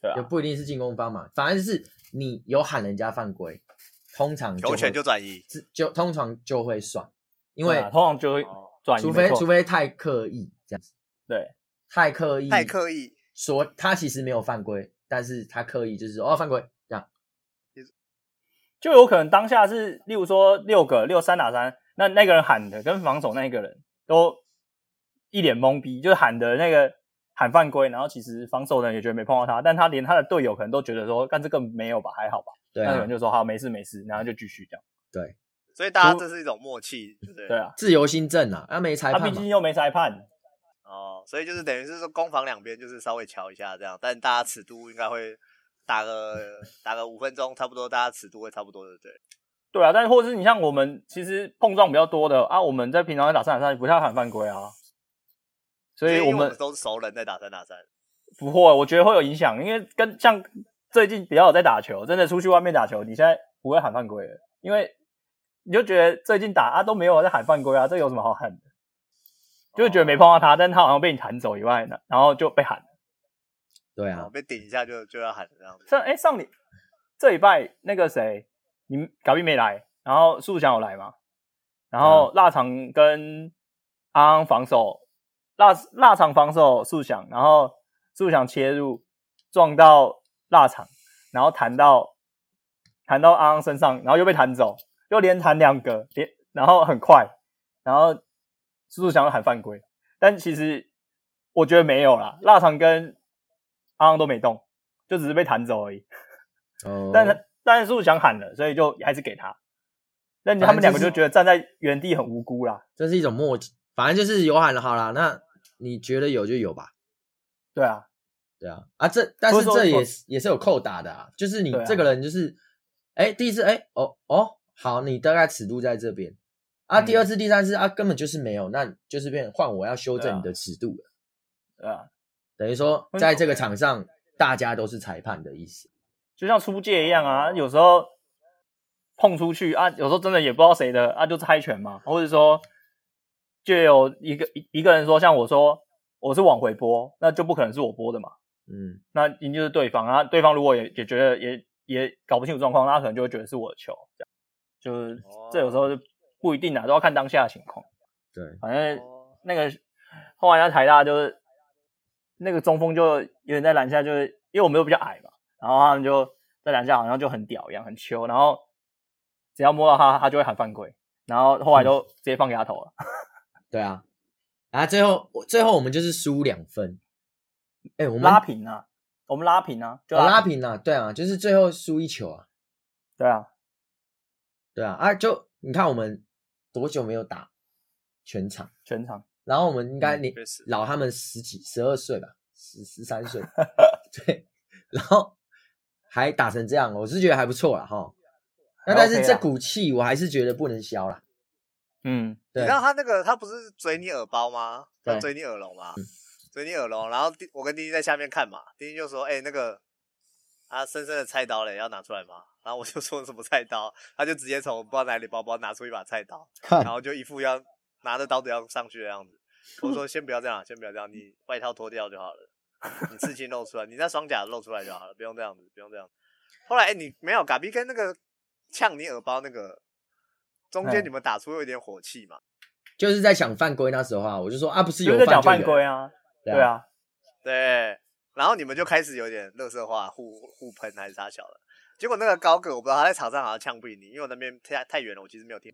[SPEAKER 2] 对啊
[SPEAKER 3] 也不一定是进攻方嘛，反正是你有喊人家犯规，通常嗯就
[SPEAKER 1] 球
[SPEAKER 3] 会
[SPEAKER 1] 权就转移，
[SPEAKER 3] 自就通常就会算，因
[SPEAKER 2] 对
[SPEAKER 3] 为
[SPEAKER 2] 啊通常就会转移，
[SPEAKER 3] 除
[SPEAKER 2] 没
[SPEAKER 3] 非
[SPEAKER 2] 错
[SPEAKER 3] 除非太刻意这样子，
[SPEAKER 2] 对。
[SPEAKER 3] 太刻意
[SPEAKER 1] 太刻意。
[SPEAKER 3] 说他其实没有犯规，但是他刻意就是说哦犯规这样，
[SPEAKER 2] 就有可能当下是，例如说六个六三打三，那那个人喊的跟防守那一个人都一脸懵逼，就是喊的那个喊犯规，然后其实防守的人也觉得没碰到他，但他连他的队友可能都觉得说，干这个没有吧，还好吧，
[SPEAKER 3] 对
[SPEAKER 2] 那有
[SPEAKER 3] 啊
[SPEAKER 2] 人，就说好没事没事，然后就继续这样。
[SPEAKER 1] 所以大家这是一种默契，对不对？
[SPEAKER 2] 对啊，
[SPEAKER 3] 自由新政啊，啊没裁
[SPEAKER 2] 他
[SPEAKER 3] 判
[SPEAKER 2] 毕
[SPEAKER 3] 嘛
[SPEAKER 2] 竟，又没裁判，
[SPEAKER 1] 哦，所以就是等于是说攻防两边就是稍微瞧一下这样，但大家尺度应该会打个打个五分钟，差不多大家尺度会差不多，对不对？
[SPEAKER 2] 对啊，但是或者是你像我们其实碰撞比较多的啊，我们在平常打三打三不太喊犯规啊，所以
[SPEAKER 1] 因为
[SPEAKER 2] 我
[SPEAKER 1] 我
[SPEAKER 2] 们
[SPEAKER 1] 都是熟人在打三打三，
[SPEAKER 2] 不会，我觉得会有影响，因为跟像最近比较有在打球，真的出去外面打球，你现在不会喊犯规了，因为你就觉得最近打啊都没有在喊犯规啊，这有什么好喊的？就是觉得没碰到他，但他好像被你弹走以外呢，然后就被喊。
[SPEAKER 3] 对
[SPEAKER 1] 哦，
[SPEAKER 3] 啊，
[SPEAKER 1] 被顶一下就就要喊这样子。
[SPEAKER 2] 上哎、上礼这礼拜那个谁，你嘎比没来，然后树翔有来嘛，然后腊肠跟安安防守，腊腊肠防守树翔，然后树翔切入撞到腊肠，然后弹到弹到安安身上，然后又被弹走，又连弹两个，连然后很快，然后树翔又喊犯规，但其实我觉得没有啦，腊肠跟安安都没动。就只是被弹走而已。
[SPEAKER 3] 哦，
[SPEAKER 2] 但是但是树想喊了，所以就还是给他。但他们两个就觉得站在原地很无辜啦。
[SPEAKER 3] 这是一种默契，反正就是有喊了，好啦，那你觉得有就有吧，
[SPEAKER 2] 对啊，
[SPEAKER 3] 对啊，啊这但是
[SPEAKER 2] 不是说
[SPEAKER 3] 这也是也是有扣打的啊，就是你
[SPEAKER 2] 对啊
[SPEAKER 3] 这个人就是，哎、第一次哎、哦哦好，你大概尺度在这边啊，
[SPEAKER 2] 嗯
[SPEAKER 3] 第二次、第三次啊根本就是没有，那就是变换我要修
[SPEAKER 2] 啊
[SPEAKER 3] 正你的尺度了，
[SPEAKER 2] 对啊，
[SPEAKER 3] 等于说
[SPEAKER 2] 嗯
[SPEAKER 3] 在这个场上大家都是裁判的意思，
[SPEAKER 2] 就像出界一样啊，有时候碰出去啊，有时候真的也不知道谁的啊，就猜拳嘛，或者说就有一个一一个人说，像我说我是往回拨，那就不可能是我拨的嘛，
[SPEAKER 3] 嗯，
[SPEAKER 2] 那一定就是对方啊。对方如果也也觉得也也搞不清楚状况，那他可能就会觉得是我的球，这样就是这有时候就不一定啊，都要看当下的情况。
[SPEAKER 3] 对，
[SPEAKER 2] 反正
[SPEAKER 1] 哦
[SPEAKER 2] 那个后来在台大就是那个中锋就有点在篮下，就是因为我们又比较矮嘛，然后他们就在篮下好像就很屌一样，很秋，然后只要摸到他，他就会喊犯规，然后后来都直接放给他投了。
[SPEAKER 3] 对啊，然后最后我最后我们就是输两分，哎、我们
[SPEAKER 2] 拉平啊，我们拉平啊，就
[SPEAKER 3] 哦拉
[SPEAKER 2] 平，
[SPEAKER 3] 平了、对啊，就是最后输一球啊，
[SPEAKER 2] 对啊，
[SPEAKER 3] 对啊，啊就你看我们多久没有打全场，
[SPEAKER 2] 全场
[SPEAKER 3] 然后我们应
[SPEAKER 2] 嗯
[SPEAKER 3] 该你、
[SPEAKER 1] 确实
[SPEAKER 3] 老他们十几十二岁吧，十十三 岁，对，然后还打成这样，我是觉得还不错啦哈。那
[SPEAKER 2] 还
[SPEAKER 3] 但
[SPEAKER 2] OK
[SPEAKER 3] 是这
[SPEAKER 2] 啦
[SPEAKER 3] 股气我还是觉得不能消啦，
[SPEAKER 2] 嗯，
[SPEAKER 1] 你
[SPEAKER 3] 对
[SPEAKER 1] 知道他那个他不是嘴你耳包吗？
[SPEAKER 3] 对嗯
[SPEAKER 1] 他嘴你耳聋吗？嘴你耳聋，然后丁我跟丁丁在下面看嘛，丁丁就说：“哎、那个啊，深深的菜刀嘞，要拿出来吗？”然后我就说什么菜刀，他就直接从不知道哪里包包拿出一把菜刀，
[SPEAKER 3] 看
[SPEAKER 1] 然后就一副要拿着刀子要上去的样子。我说先不要这样，先不要这样，你外套脱掉就好了，你刺青露出来，你那双甲露出来就好了，不用这样子，不用这样子。后来、哎，你没有嘎逼跟那个呛你耳包那个中间
[SPEAKER 2] 嗯
[SPEAKER 1] 你们打出有一点火气嘛？
[SPEAKER 3] 就是在讲犯规那时候啊，我就说啊不是
[SPEAKER 2] 就
[SPEAKER 3] 有
[SPEAKER 2] 是在
[SPEAKER 3] 犯
[SPEAKER 2] 讲
[SPEAKER 3] 就
[SPEAKER 2] 犯
[SPEAKER 3] 有
[SPEAKER 2] 规，啊，
[SPEAKER 3] 对
[SPEAKER 2] 对
[SPEAKER 3] 啊，
[SPEAKER 2] 啊，
[SPEAKER 1] 对，然后你们就开始有点乐色化，互互喷还是啥小的。结果那个高个我不知道他在场上好像呛不赢你，因为我那边太太远了，我其实没有听。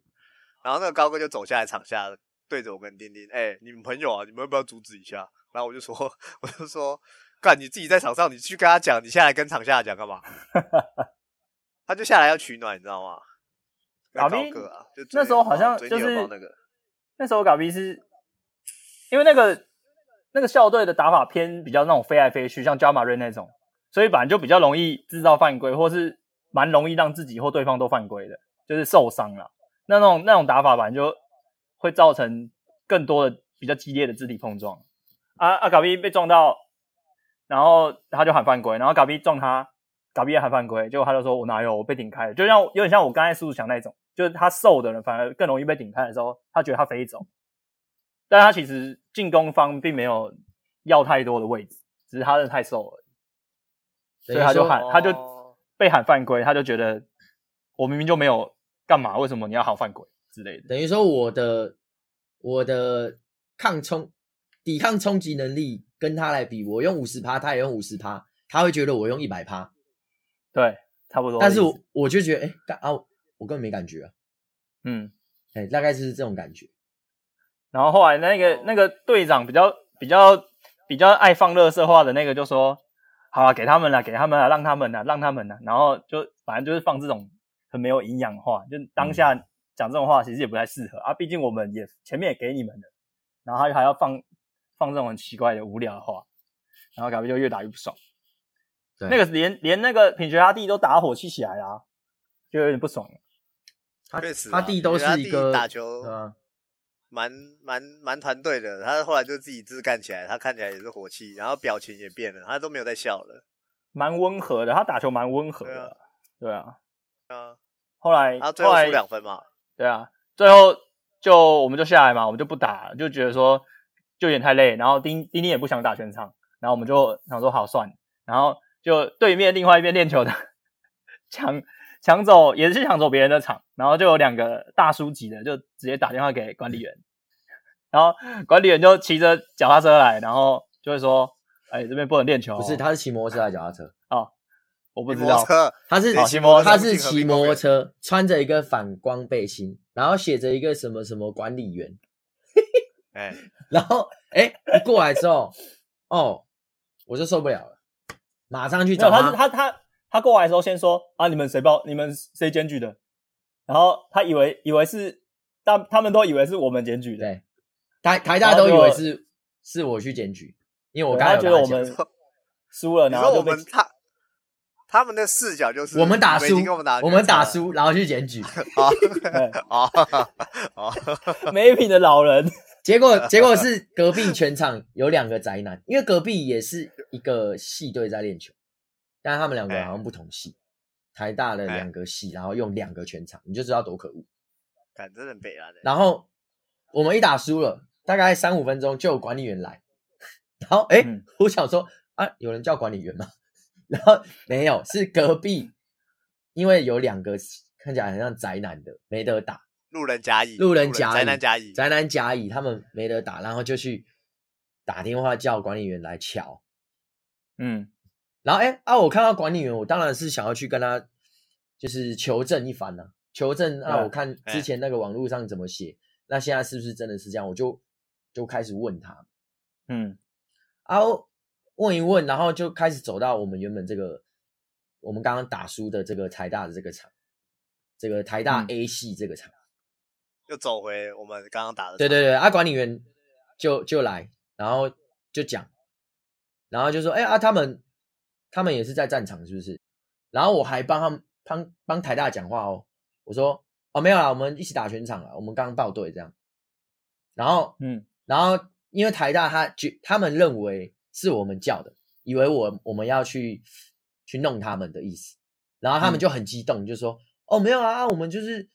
[SPEAKER 1] 然后那个高个就走下来场下，对着我跟丁丁，哎、你们朋友啊，你们要不要阻止一下？然后我就说， 我就说，干你自己在场上，你去跟他讲，你下来跟场下讲 干嘛？他就下来要取暖，你知道吗？那
[SPEAKER 2] 老
[SPEAKER 1] 高
[SPEAKER 2] 兵
[SPEAKER 1] 个啊，就追
[SPEAKER 2] 那时候好像
[SPEAKER 1] 追
[SPEAKER 2] 就
[SPEAKER 1] 女
[SPEAKER 2] 是
[SPEAKER 1] 友包那个，
[SPEAKER 2] 那时候嘎比是因为那个那个校队的打法偏比较那种飞来飞去，像加马瑞那种，所以反正就比较容易制造犯规，或是蛮容易让自己或对方都犯规的，就是受伤了。那那种那种打法，反正就会造成更多的比较激烈的肢体碰撞。啊啊，嘎比被撞到，然后他就喊犯规，然后嘎比撞他，嘎比也喊犯规，结果他就说我哪有，我被顶开了，就像有点像我刚才苏志强那种，就是他瘦的人反而更容易被顶开的时候，他觉得他飞走，但他其实进攻方并没有要太多的位置，只是他真的太瘦了，所以他就
[SPEAKER 3] 等于说
[SPEAKER 2] 喊，他就
[SPEAKER 1] 哦
[SPEAKER 2] 被喊犯规，他就觉得我明明就没有干嘛，为什么你要喊我犯规之类的？
[SPEAKER 3] 等于说我的我的抗冲抵抗冲击能力跟他来比，我用五十趴，他也用五十趴，他会觉得我用一百趴，
[SPEAKER 2] 对，差不多的意
[SPEAKER 3] 但
[SPEAKER 2] 思。
[SPEAKER 3] 是我我就觉得哎、干啊，我根本没感觉啊，
[SPEAKER 2] 嗯，
[SPEAKER 3] 哎、大概是这种感觉。
[SPEAKER 2] 然后后来那个
[SPEAKER 1] 哦
[SPEAKER 2] 那个队长比较比较比较爱放乐色话的那个就说：“好啊，给他们了，给他们了，让他们了，让他们了。然后就反正就是放这种很没有营养的话，就当下讲这种话其实也不太适合、啊。毕竟我们也前面也给你们了，然后还还要放放这种很奇怪的无聊的话，然后感觉就越打越不爽。
[SPEAKER 3] 对
[SPEAKER 2] 那个连连那个品学他弟都打火气起来啦、就有点不爽了。
[SPEAKER 3] 他
[SPEAKER 1] 确实啊
[SPEAKER 3] 他弟都是
[SPEAKER 1] 因
[SPEAKER 3] 一
[SPEAKER 1] 为他
[SPEAKER 3] 个
[SPEAKER 1] 弟打球
[SPEAKER 3] 对啊，
[SPEAKER 1] 蛮蛮蛮团队的。他后来就自己自干起来，他看起来也是火气，然后表情也变了，他都没有在笑了。
[SPEAKER 2] 蛮温和的，他打球蛮温和
[SPEAKER 1] 对啊
[SPEAKER 2] 的，对啊。
[SPEAKER 1] 啊，
[SPEAKER 2] 后来
[SPEAKER 1] 他最
[SPEAKER 2] 后
[SPEAKER 1] 后
[SPEAKER 2] 来
[SPEAKER 1] 输两分嘛，
[SPEAKER 2] 对啊，最后就我们就下来嘛，我们就不打了，就觉得说就有点太累，然后丁丁丁也不想打全场，然后我们就想说好算了，然后就对面另外一边练球的 抢抢走也是抢走别人的场，然后就有两个大叔级的就直接打电话给管理员，然后管理员就骑着脚踏车来，然后就会说，哎，这边不能练球哦、
[SPEAKER 3] 不是他是骑摩托车还是脚踏车？
[SPEAKER 2] 我不
[SPEAKER 1] 你
[SPEAKER 2] 知
[SPEAKER 1] 摩
[SPEAKER 2] 道
[SPEAKER 1] 托，车
[SPEAKER 3] 他是
[SPEAKER 1] 哦骑摩托车
[SPEAKER 3] 他是骑摩托车，穿着一个反光背心，然后写着一个什么什么管理员，
[SPEAKER 1] 哎、
[SPEAKER 3] 然后哎一过来之后，哦，我就受不了了，马上去
[SPEAKER 2] 没有，
[SPEAKER 3] 找
[SPEAKER 2] 他是他他他过来的时候先说啊，你们谁报？你们谁检举的？然后他以为以为是，他他们都以为是我们检举的，
[SPEAKER 3] 对，台台大都以
[SPEAKER 2] 然后
[SPEAKER 3] 为
[SPEAKER 2] 就是
[SPEAKER 3] 是我去检举，因为我
[SPEAKER 2] 对
[SPEAKER 3] 刚
[SPEAKER 2] 他
[SPEAKER 3] 才
[SPEAKER 2] 觉
[SPEAKER 3] 有
[SPEAKER 2] 得
[SPEAKER 3] 跟
[SPEAKER 2] 我
[SPEAKER 3] 讲
[SPEAKER 2] 们 输了，
[SPEAKER 1] 你
[SPEAKER 2] 然后
[SPEAKER 1] 说
[SPEAKER 2] 就
[SPEAKER 1] 我
[SPEAKER 2] 被
[SPEAKER 1] 们他他们的视角就是
[SPEAKER 3] 我们打
[SPEAKER 1] 已
[SPEAKER 3] 输
[SPEAKER 1] 经跟我们打，
[SPEAKER 3] 我们 打输，然后去检举，
[SPEAKER 1] 啊
[SPEAKER 2] 对
[SPEAKER 1] 啊 啊！
[SPEAKER 2] 没品的老 人，
[SPEAKER 3] 结果结果是隔壁全场有两个宅男，因为隔壁也是一个系队在练球，但他们两个好像不同系，台大的两个系，然后用两个全场，你就知道多可恶。
[SPEAKER 1] 感真的很北啊！的，
[SPEAKER 3] 然后我们一打输了，大概三五分钟就有管理员来， 然后哎，诶
[SPEAKER 2] 嗯
[SPEAKER 3] 我想说啊，有人叫管理员吗？ 然后没有，是隔壁，因为有两个看起来很像宅男的没得打，
[SPEAKER 1] 路人甲乙，
[SPEAKER 3] 路人甲乙
[SPEAKER 1] 宅男甲乙，
[SPEAKER 3] 宅男甲乙他们没得打，然后就去打电话叫管理员来瞧。
[SPEAKER 2] 嗯，
[SPEAKER 3] 然后哎啊，我看到管理员，我当然是想要去跟他就是求证一番呐、求证啊，
[SPEAKER 2] 嗯
[SPEAKER 3] 我看之前那个网络上怎么写，那现在是不是真的是这样？我就就开始问他
[SPEAKER 2] 嗯
[SPEAKER 3] 啊，我问一问，然后就开始走到我们原本这个我们刚刚打输的这个台大的这个场，这个台大
[SPEAKER 2] 嗯
[SPEAKER 3] A 系这个场。
[SPEAKER 1] 又走回我们刚刚打的。
[SPEAKER 3] 对对，对，啊，管理员就就来，然后就讲，然后就说，哎、啊，他们他们也是在战场是不是？然后我还帮他们帮帮台大讲话哦，我说，哦，没有啦，我们一起打全场了，我们刚刚报队这样。然后，
[SPEAKER 2] 嗯，
[SPEAKER 3] 然后因为台大他觉他们认为是我们叫的，以为我我们要去去弄他们的意思，然后他们
[SPEAKER 2] 嗯
[SPEAKER 3] 就很激动，就说：“哦，没有啊，啊我们就是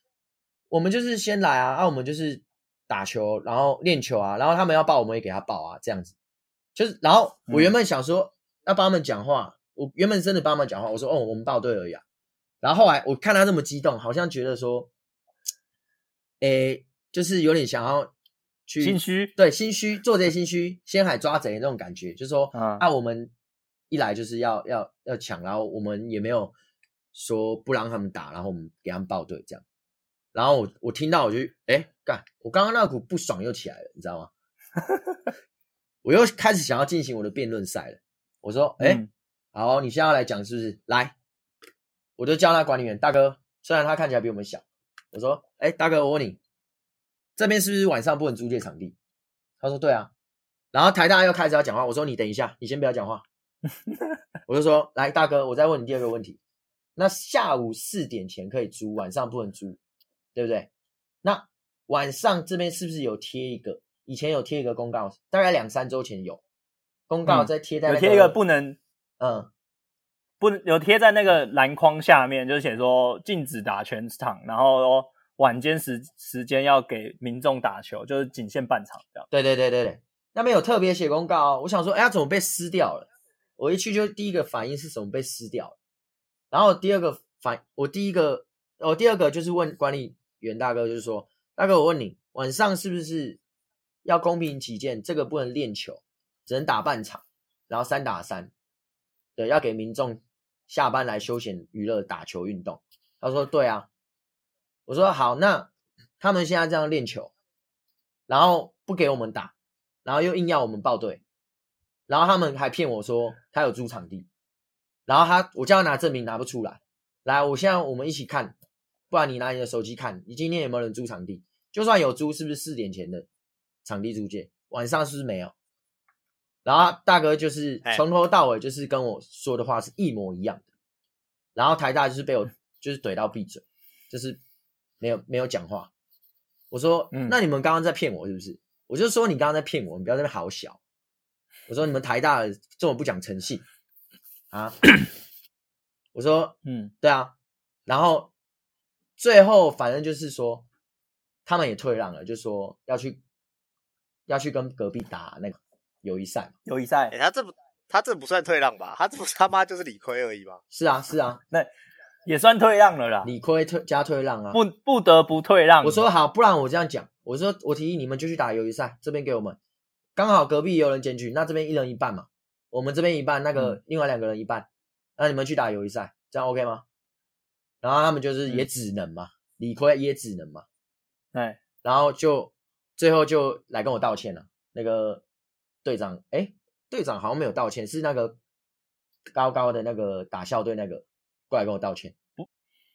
[SPEAKER 3] 我们就是先来啊，啊，我们就是打球，然后练球啊，然后他们要报我们也给他报啊，这样子。”就是，然后
[SPEAKER 2] 嗯
[SPEAKER 3] 我原本想说、要帮他们讲话，我原本真的帮他们讲话，我说：“哦，我们报队而已啊。”然后后来我看他这么激动，好像觉得说，诶，就是有点想要去
[SPEAKER 2] 心虚，
[SPEAKER 3] 对，心虚，做贼心虚，先海抓贼那种感觉，就是说、
[SPEAKER 2] 嗯
[SPEAKER 3] 啊，我们一来就是要要要抢，然后我们也没有说不让他们打，然后我们给他们报队这样。然后我我听到我就哎干，我刚刚那股不爽又起来了，你知道吗？我又开始想要进行我的辩论赛了。我说哎、
[SPEAKER 2] 嗯
[SPEAKER 3] 好，你现在要来讲是不是？来，我就叫那管理员大哥，虽然他看起来比我们小，我说，哎、大哥，我问你，这边是不是晚上不能租借场地？他说对啊。然后台大又开始要讲话，我说你等一下，你先不要讲话。我就说，来，大哥，我再问你第二个问题。那下午四点前可以租，晚上不能租，对不对？那晚上这边是不是有贴一个？以前有贴一个公告，大概两三周前有公告
[SPEAKER 2] 嗯
[SPEAKER 3] 在贴在、
[SPEAKER 2] 有
[SPEAKER 3] 那
[SPEAKER 2] 贴一个不能
[SPEAKER 3] 嗯，
[SPEAKER 2] 不能有贴在那个篮筐下面，就写说禁止打全场，然后晚间时时间要给民众打球，就是仅限半场这样。
[SPEAKER 3] 对对对对对，那边有特别写公告、哦，我想说，哎，它怎么被撕掉了？我一去就第一个反应是什么被撕掉了，然后第二个反，我第一个，我第二个就是问管理员大哥，就是说，大哥，我问你，晚上是不是要公平起见，这个不能练球，只能打半场，然后三打三，对，要给民众下班来休闲娱乐、打球运动。他说对啊，我说好，那他们现在这样练球，然后不给我们打，然后又硬要我们报队，然后他们还骗我说他有租场地，然后他我叫他拿证明拿不出来，来，我现在我们一起看，不然你拿你的手机看，你今天有没有人租场地？就算有租，是不是四点前的场地租借？晚上是不是没有？然后大哥就是
[SPEAKER 1] 哎
[SPEAKER 3] 从头到尾就是跟我说的话是一模一样的，然后台大就是被我就是怼到闭嘴，就是没有没有讲话。我说，
[SPEAKER 2] 嗯
[SPEAKER 3] 那你们刚刚在骗我是不是？我就说你刚刚在骗我，你不要在那边好小。我说你们台大的这么不讲诚信啊！我说
[SPEAKER 2] 嗯
[SPEAKER 3] 对啊，然后最后反正就是说，他们也退让了，就说要去要去跟隔壁打那个友谊赛嘛。
[SPEAKER 2] 友谊赛
[SPEAKER 1] 哎、他这不他这不算退让吧？他这不他妈就是理亏而已吧？
[SPEAKER 3] 是啊，是啊，
[SPEAKER 2] 也算退让了啦，
[SPEAKER 3] 理亏退加退让啊。
[SPEAKER 2] 不不得不退让。
[SPEAKER 3] 我说好，不然我这样讲，我说我提议你们就去打友谊赛，这边给我们，刚好隔壁也有人检举，那这边一人一半嘛，我们这边一半，那
[SPEAKER 2] 嗯
[SPEAKER 3] 个另外两个人一半，那你们去打友谊赛，这样 OK 吗？然后他们就是也
[SPEAKER 2] 嗯
[SPEAKER 3] 只能嘛，理亏也只能嘛，
[SPEAKER 2] 哎，
[SPEAKER 3] 然后就最后就来跟我道歉了。那个队长，哎，队长好像没有道歉，是那个高高的那个打校队那个过来跟我道歉，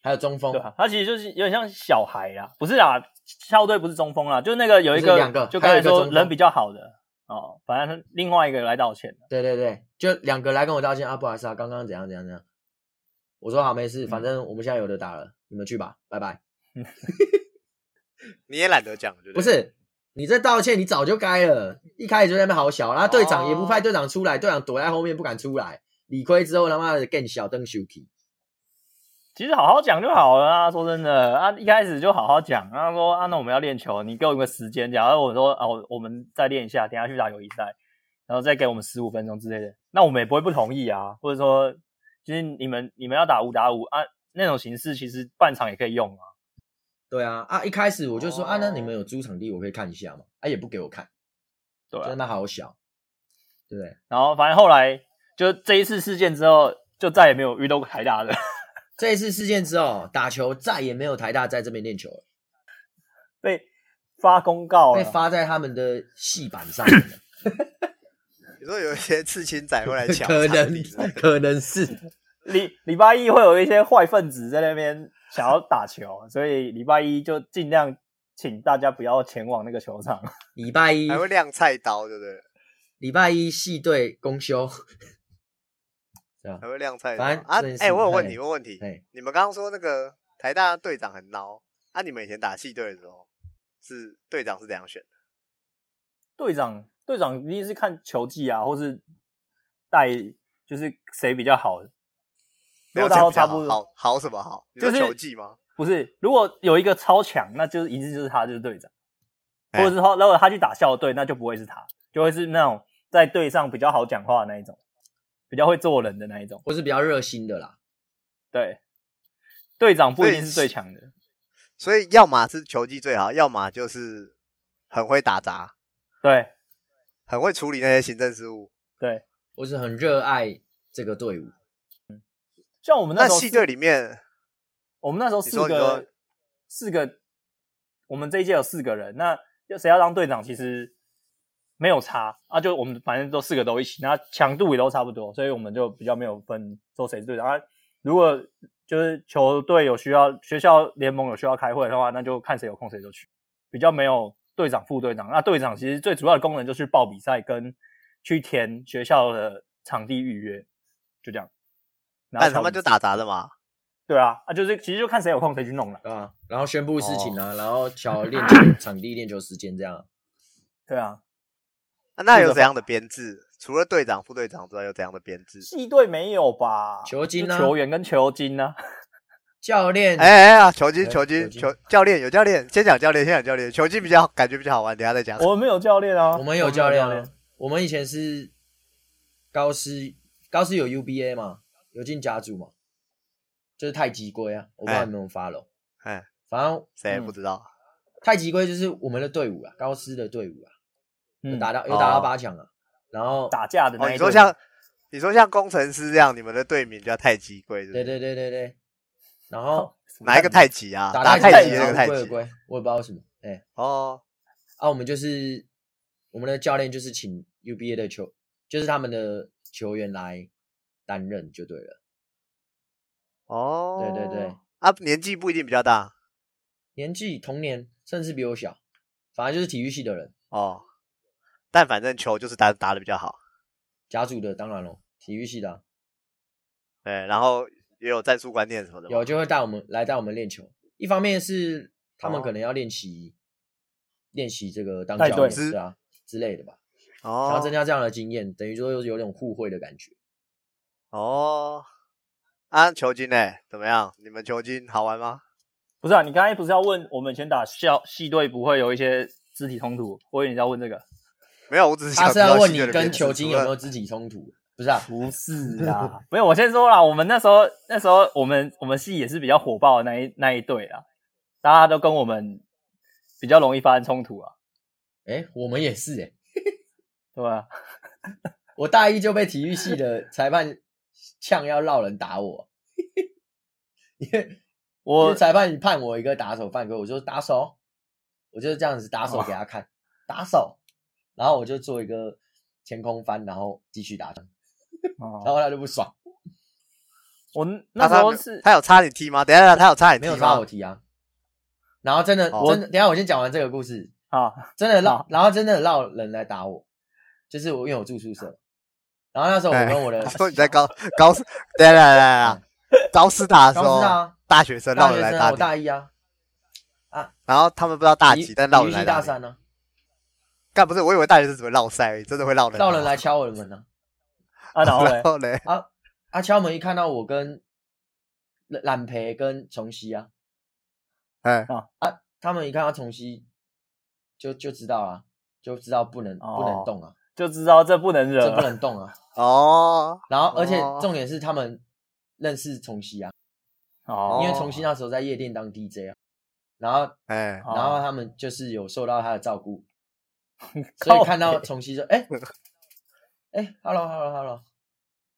[SPEAKER 3] 还有中锋
[SPEAKER 2] 对，啊，他其实就是有点像小孩啦，不是啊，校队不是中锋啦，就是那个有一
[SPEAKER 3] 不
[SPEAKER 2] 个
[SPEAKER 3] 是两个
[SPEAKER 2] 就刚
[SPEAKER 3] 还有
[SPEAKER 2] 才
[SPEAKER 3] 一个
[SPEAKER 2] 说
[SPEAKER 3] 中锋
[SPEAKER 2] 人比较好的哦，反正另外一个来道歉
[SPEAKER 3] 对对对，就两个来跟我道歉啊，不好意思啊，刚刚怎样怎样怎样。我说好没事，反正我们现在有的打了，你们去吧，拜拜。
[SPEAKER 1] 你也懒得讲，对
[SPEAKER 3] 不
[SPEAKER 1] 对？
[SPEAKER 3] 是你这道歉，你早就该了，一开始就在那边好小，然后队长也不派队长出来，队长躲在后面不敢出来，理亏之后他妈的更小灯休息。
[SPEAKER 2] 其实好好讲就好了啊，说真的啊，一开始就好好讲。然后说啊，那我们要练球，你给我一个时间。假如我说啊，我我们再练一下，等一下去打友谊赛，然后再给我们十五分钟之类的，那我们也不会不同意啊。或者说，就是你们你们要打五打五啊，那种形式其实半场也可以用啊。
[SPEAKER 3] 对啊，啊一开始我就说、
[SPEAKER 1] 哦
[SPEAKER 3] 啊，那你们有租场地，我可以看一下嘛，啊也不给我看，
[SPEAKER 2] 对啊
[SPEAKER 3] 真的好小，对不对？
[SPEAKER 2] 然后反正后来就这一次事件之后，就再也没有遇到过台大的。
[SPEAKER 3] 这一次事件之后，打球再也没有台大在这边练球了，
[SPEAKER 2] 被发公告
[SPEAKER 3] 被
[SPEAKER 2] 了，
[SPEAKER 3] 发在他们的戏板上面了。
[SPEAKER 1] 你说有一些刺青仔会来抢
[SPEAKER 3] 可
[SPEAKER 1] 场地
[SPEAKER 3] 能
[SPEAKER 1] 之类的，
[SPEAKER 3] 可能是
[SPEAKER 2] 礼礼拜一会有一些坏分子在那边想要打球，所以礼拜一就尽量请大家不要前往那个球场。
[SPEAKER 3] 礼拜一
[SPEAKER 1] 还会亮菜刀，对不对？
[SPEAKER 3] 礼拜一系队公休，对啊
[SPEAKER 1] 还，会亮菜刀
[SPEAKER 3] 反正
[SPEAKER 1] 啊
[SPEAKER 3] 这件！事
[SPEAKER 1] 哎、我有问
[SPEAKER 3] 哎
[SPEAKER 1] 题，我有问题，
[SPEAKER 3] 哎，
[SPEAKER 1] 你们刚刚说那个台大队长很孬啊，你们以前打系队的时候是队长是怎样选的？
[SPEAKER 2] 队长，队长一定是看球技啊，或是带就是谁比较好。如果大家都差不
[SPEAKER 1] 没有这样比较
[SPEAKER 2] 多，
[SPEAKER 1] 好好好什么好？你
[SPEAKER 2] 就
[SPEAKER 1] 说
[SPEAKER 2] 是
[SPEAKER 1] 球技吗？
[SPEAKER 2] 不是，如果有一个超强，那就是一定就是他就是队长，
[SPEAKER 1] 哎
[SPEAKER 2] 或者是说如果他去打校队，那就不会是他，就会是那种在队上比较好讲话的那一种，比较会做人的那一种。
[SPEAKER 3] 我是比较热心的啦，
[SPEAKER 2] 对，队长不
[SPEAKER 1] 所
[SPEAKER 2] 一
[SPEAKER 1] 以
[SPEAKER 2] 定是最强的。
[SPEAKER 1] 所以要么是球技最好，要么就是很会打杂，
[SPEAKER 2] 对
[SPEAKER 1] 很会处理那些行政事务。
[SPEAKER 2] 对，
[SPEAKER 3] 我是很热爱这个队伍。
[SPEAKER 2] 像我们
[SPEAKER 1] 那
[SPEAKER 2] 时候
[SPEAKER 1] 系
[SPEAKER 2] 四
[SPEAKER 1] 队里面，
[SPEAKER 2] 我们那时候
[SPEAKER 1] 你
[SPEAKER 2] 四
[SPEAKER 1] 说你说
[SPEAKER 2] 个四个，我们这一届有四个人，那要谁要当队长其实没有差啊，就我们反正都四个都一起，那强度也都差不多，所以我们就比较没有分说谁是队长。啊、如果就是球队有需要，学校联盟有需要开会的话，那就看谁有空谁就去，比较没有队长副队长。那队长其实最主要的功能就是报比赛跟去填学校的场地预约，就这样。然后
[SPEAKER 1] 但他
[SPEAKER 2] 调
[SPEAKER 1] 们
[SPEAKER 2] 比
[SPEAKER 1] 就打杂的嘛。
[SPEAKER 2] 对啊，啊就是其实就看谁有空谁去弄了。
[SPEAKER 3] 对啊，然后宣布事情啊，然后瞧练球场地、练球时间这样啊。
[SPEAKER 2] 对啊，
[SPEAKER 1] 啊那
[SPEAKER 2] 是
[SPEAKER 1] 有
[SPEAKER 2] 的
[SPEAKER 1] 怎样的编制？除了队长、副队长之外，有怎样的编制？
[SPEAKER 2] 系队没有吧？
[SPEAKER 3] 球精啊
[SPEAKER 2] 就球员跟球啊精 呢、
[SPEAKER 3] 教练，
[SPEAKER 1] 哎哎呀，球精、
[SPEAKER 3] 哎
[SPEAKER 1] 球精、
[SPEAKER 3] 球精
[SPEAKER 1] 球教练有教练，先讲教练，先讲教练。球精比较感觉比较好玩，等一下再讲。
[SPEAKER 2] 我们没有教练啊，
[SPEAKER 3] 我们有教练啊，我们以前是高师，高师有 UBA 嘛，有进甲组嘛，就是太极龟啊，我不知道
[SPEAKER 1] 哎
[SPEAKER 3] 你们有没有发了，
[SPEAKER 1] 哎，
[SPEAKER 3] 反正
[SPEAKER 1] 谁也
[SPEAKER 2] 嗯
[SPEAKER 1] 不知道？
[SPEAKER 3] 太极龟就是我们的队伍啊，高师的队伍啊，有
[SPEAKER 2] 嗯，
[SPEAKER 3] 打
[SPEAKER 2] 打
[SPEAKER 3] 到有打到
[SPEAKER 1] 哦
[SPEAKER 3] 八强啊，然后
[SPEAKER 2] 打架的
[SPEAKER 1] 哦，
[SPEAKER 2] 那
[SPEAKER 1] 你
[SPEAKER 2] 一
[SPEAKER 1] 说
[SPEAKER 2] 队。
[SPEAKER 1] 像你说像工程师这样，你们的队名叫太极龟，是不
[SPEAKER 3] 对
[SPEAKER 1] 是？
[SPEAKER 3] 对对对对，然后
[SPEAKER 1] 哪一个太极啊？
[SPEAKER 3] 打
[SPEAKER 1] 太
[SPEAKER 3] 极
[SPEAKER 1] 极那个太
[SPEAKER 3] 龟的
[SPEAKER 1] 极。
[SPEAKER 3] 龟，我也不知道为什么，哎、
[SPEAKER 1] 哦，
[SPEAKER 3] 啊，我们就是我们的教练就是请 UBA 的球，就是他们的球员来担任就对了。
[SPEAKER 1] 哦，
[SPEAKER 3] 对对对，
[SPEAKER 1] 啊，年纪不一定比较大
[SPEAKER 3] 年纪同年，甚至比我小，反正就是体育系的人，
[SPEAKER 1] 哦，但反正球就是打打的比较好，
[SPEAKER 3] 甲组的当然咯，体育系的啊、
[SPEAKER 1] 对，然后也有战术观念什么的嘛，
[SPEAKER 3] 有就会带我们来带我们练球。一方面是他们
[SPEAKER 1] 哦
[SPEAKER 3] 可能要练习、练习这个当
[SPEAKER 2] 带
[SPEAKER 3] 教
[SPEAKER 2] 队
[SPEAKER 3] 练是啊之类的吧，然后
[SPEAKER 1] 哦
[SPEAKER 3] 增加这样的经验，等于说有有点互惠的感觉。
[SPEAKER 1] 哦，啊，球精呢怎么样？你们球精好玩吗？
[SPEAKER 2] 不是啊，你刚才不是要问我们以前打校系队不会有一些肢体冲突？我以为你在问这个，
[SPEAKER 1] 没有，我只是想
[SPEAKER 3] 他是
[SPEAKER 1] 知道
[SPEAKER 3] 要问
[SPEAKER 1] 戏
[SPEAKER 3] 你
[SPEAKER 1] 剧的
[SPEAKER 3] 跟
[SPEAKER 1] 编制
[SPEAKER 3] 球精
[SPEAKER 1] 除
[SPEAKER 3] 有
[SPEAKER 1] 了
[SPEAKER 3] 没有肢体冲突，不是啊？啊
[SPEAKER 2] 不是啦， 没有，我先说啦，我们那时候那时候我们我们系也是比较火爆的那一那一队啦，大家都跟我们比较容易发生冲突啊，
[SPEAKER 3] 哎，我们也是哎、
[SPEAKER 2] 对吧？
[SPEAKER 3] 我大一就被体育系的裁判呛要绕人打我，因为因
[SPEAKER 2] 我
[SPEAKER 3] 为裁判判我一个打手犯规，我就打手，我就这样子打手给他看，打手，然后我就做一个前空翻，然后继续打，然
[SPEAKER 2] 哦，
[SPEAKER 3] 后他就不爽，
[SPEAKER 2] 我那时
[SPEAKER 1] 他
[SPEAKER 2] 候
[SPEAKER 1] 没有
[SPEAKER 2] 是
[SPEAKER 1] 他有插你踢吗？等一下，他有插你
[SPEAKER 3] 没
[SPEAKER 1] 踢
[SPEAKER 3] 有抓
[SPEAKER 1] 吗
[SPEAKER 3] 我？踢啊。然后真的，
[SPEAKER 1] 哦
[SPEAKER 3] 真的，等一下我先讲完这个故事，
[SPEAKER 2] 啊，
[SPEAKER 3] 真的绕
[SPEAKER 2] 好，
[SPEAKER 3] 然后真的绕人来打我，就是我因为我住宿舍，然后那时候我
[SPEAKER 1] 哎
[SPEAKER 3] 跟我的
[SPEAKER 1] 他说你在高高斯，等一下等一下等一下，高斯打的时
[SPEAKER 3] 嗯高师大
[SPEAKER 1] 候，
[SPEAKER 3] 啊
[SPEAKER 1] 大学生
[SPEAKER 3] 大
[SPEAKER 1] 绕人
[SPEAKER 3] 学
[SPEAKER 1] 来
[SPEAKER 3] 生啊，
[SPEAKER 1] 打
[SPEAKER 3] 我大
[SPEAKER 1] 你，
[SPEAKER 3] 一啊，
[SPEAKER 1] 然后他们不知道大
[SPEAKER 3] 体
[SPEAKER 1] 几，但绕
[SPEAKER 3] 体育
[SPEAKER 1] 人来
[SPEAKER 3] 系
[SPEAKER 1] 打
[SPEAKER 3] 大
[SPEAKER 1] 你。
[SPEAKER 3] 三啊呢，
[SPEAKER 1] 干不是，我以为大学生只会绕赛而已，真的会绕人。啊
[SPEAKER 3] 绕人来敲我的门呢，
[SPEAKER 2] 啊，然后嘞
[SPEAKER 1] 然，后嘞，
[SPEAKER 3] 啊啊！敲门一看到我跟懒懒培跟崇熙啊，
[SPEAKER 1] 哎，
[SPEAKER 3] 他们一看到崇熙，就就知道啊，就知道不能、不
[SPEAKER 2] 哦
[SPEAKER 3] 能动啊，
[SPEAKER 2] 就知道这不能惹
[SPEAKER 3] 这不
[SPEAKER 2] 了，
[SPEAKER 3] 能动啊。
[SPEAKER 1] 哦，
[SPEAKER 3] 然后而且
[SPEAKER 1] 哦
[SPEAKER 3] 重点是他们认识崇熙啊，
[SPEAKER 2] 哦，
[SPEAKER 3] 因为崇熙那时候在夜店当 DJ 啊，然后
[SPEAKER 1] 哎，
[SPEAKER 2] 哦
[SPEAKER 3] 然后他们就是有受到他的照顾，所
[SPEAKER 2] 靠
[SPEAKER 3] 以看到
[SPEAKER 2] 北
[SPEAKER 3] 崇熙就哎哎，hello hello hello，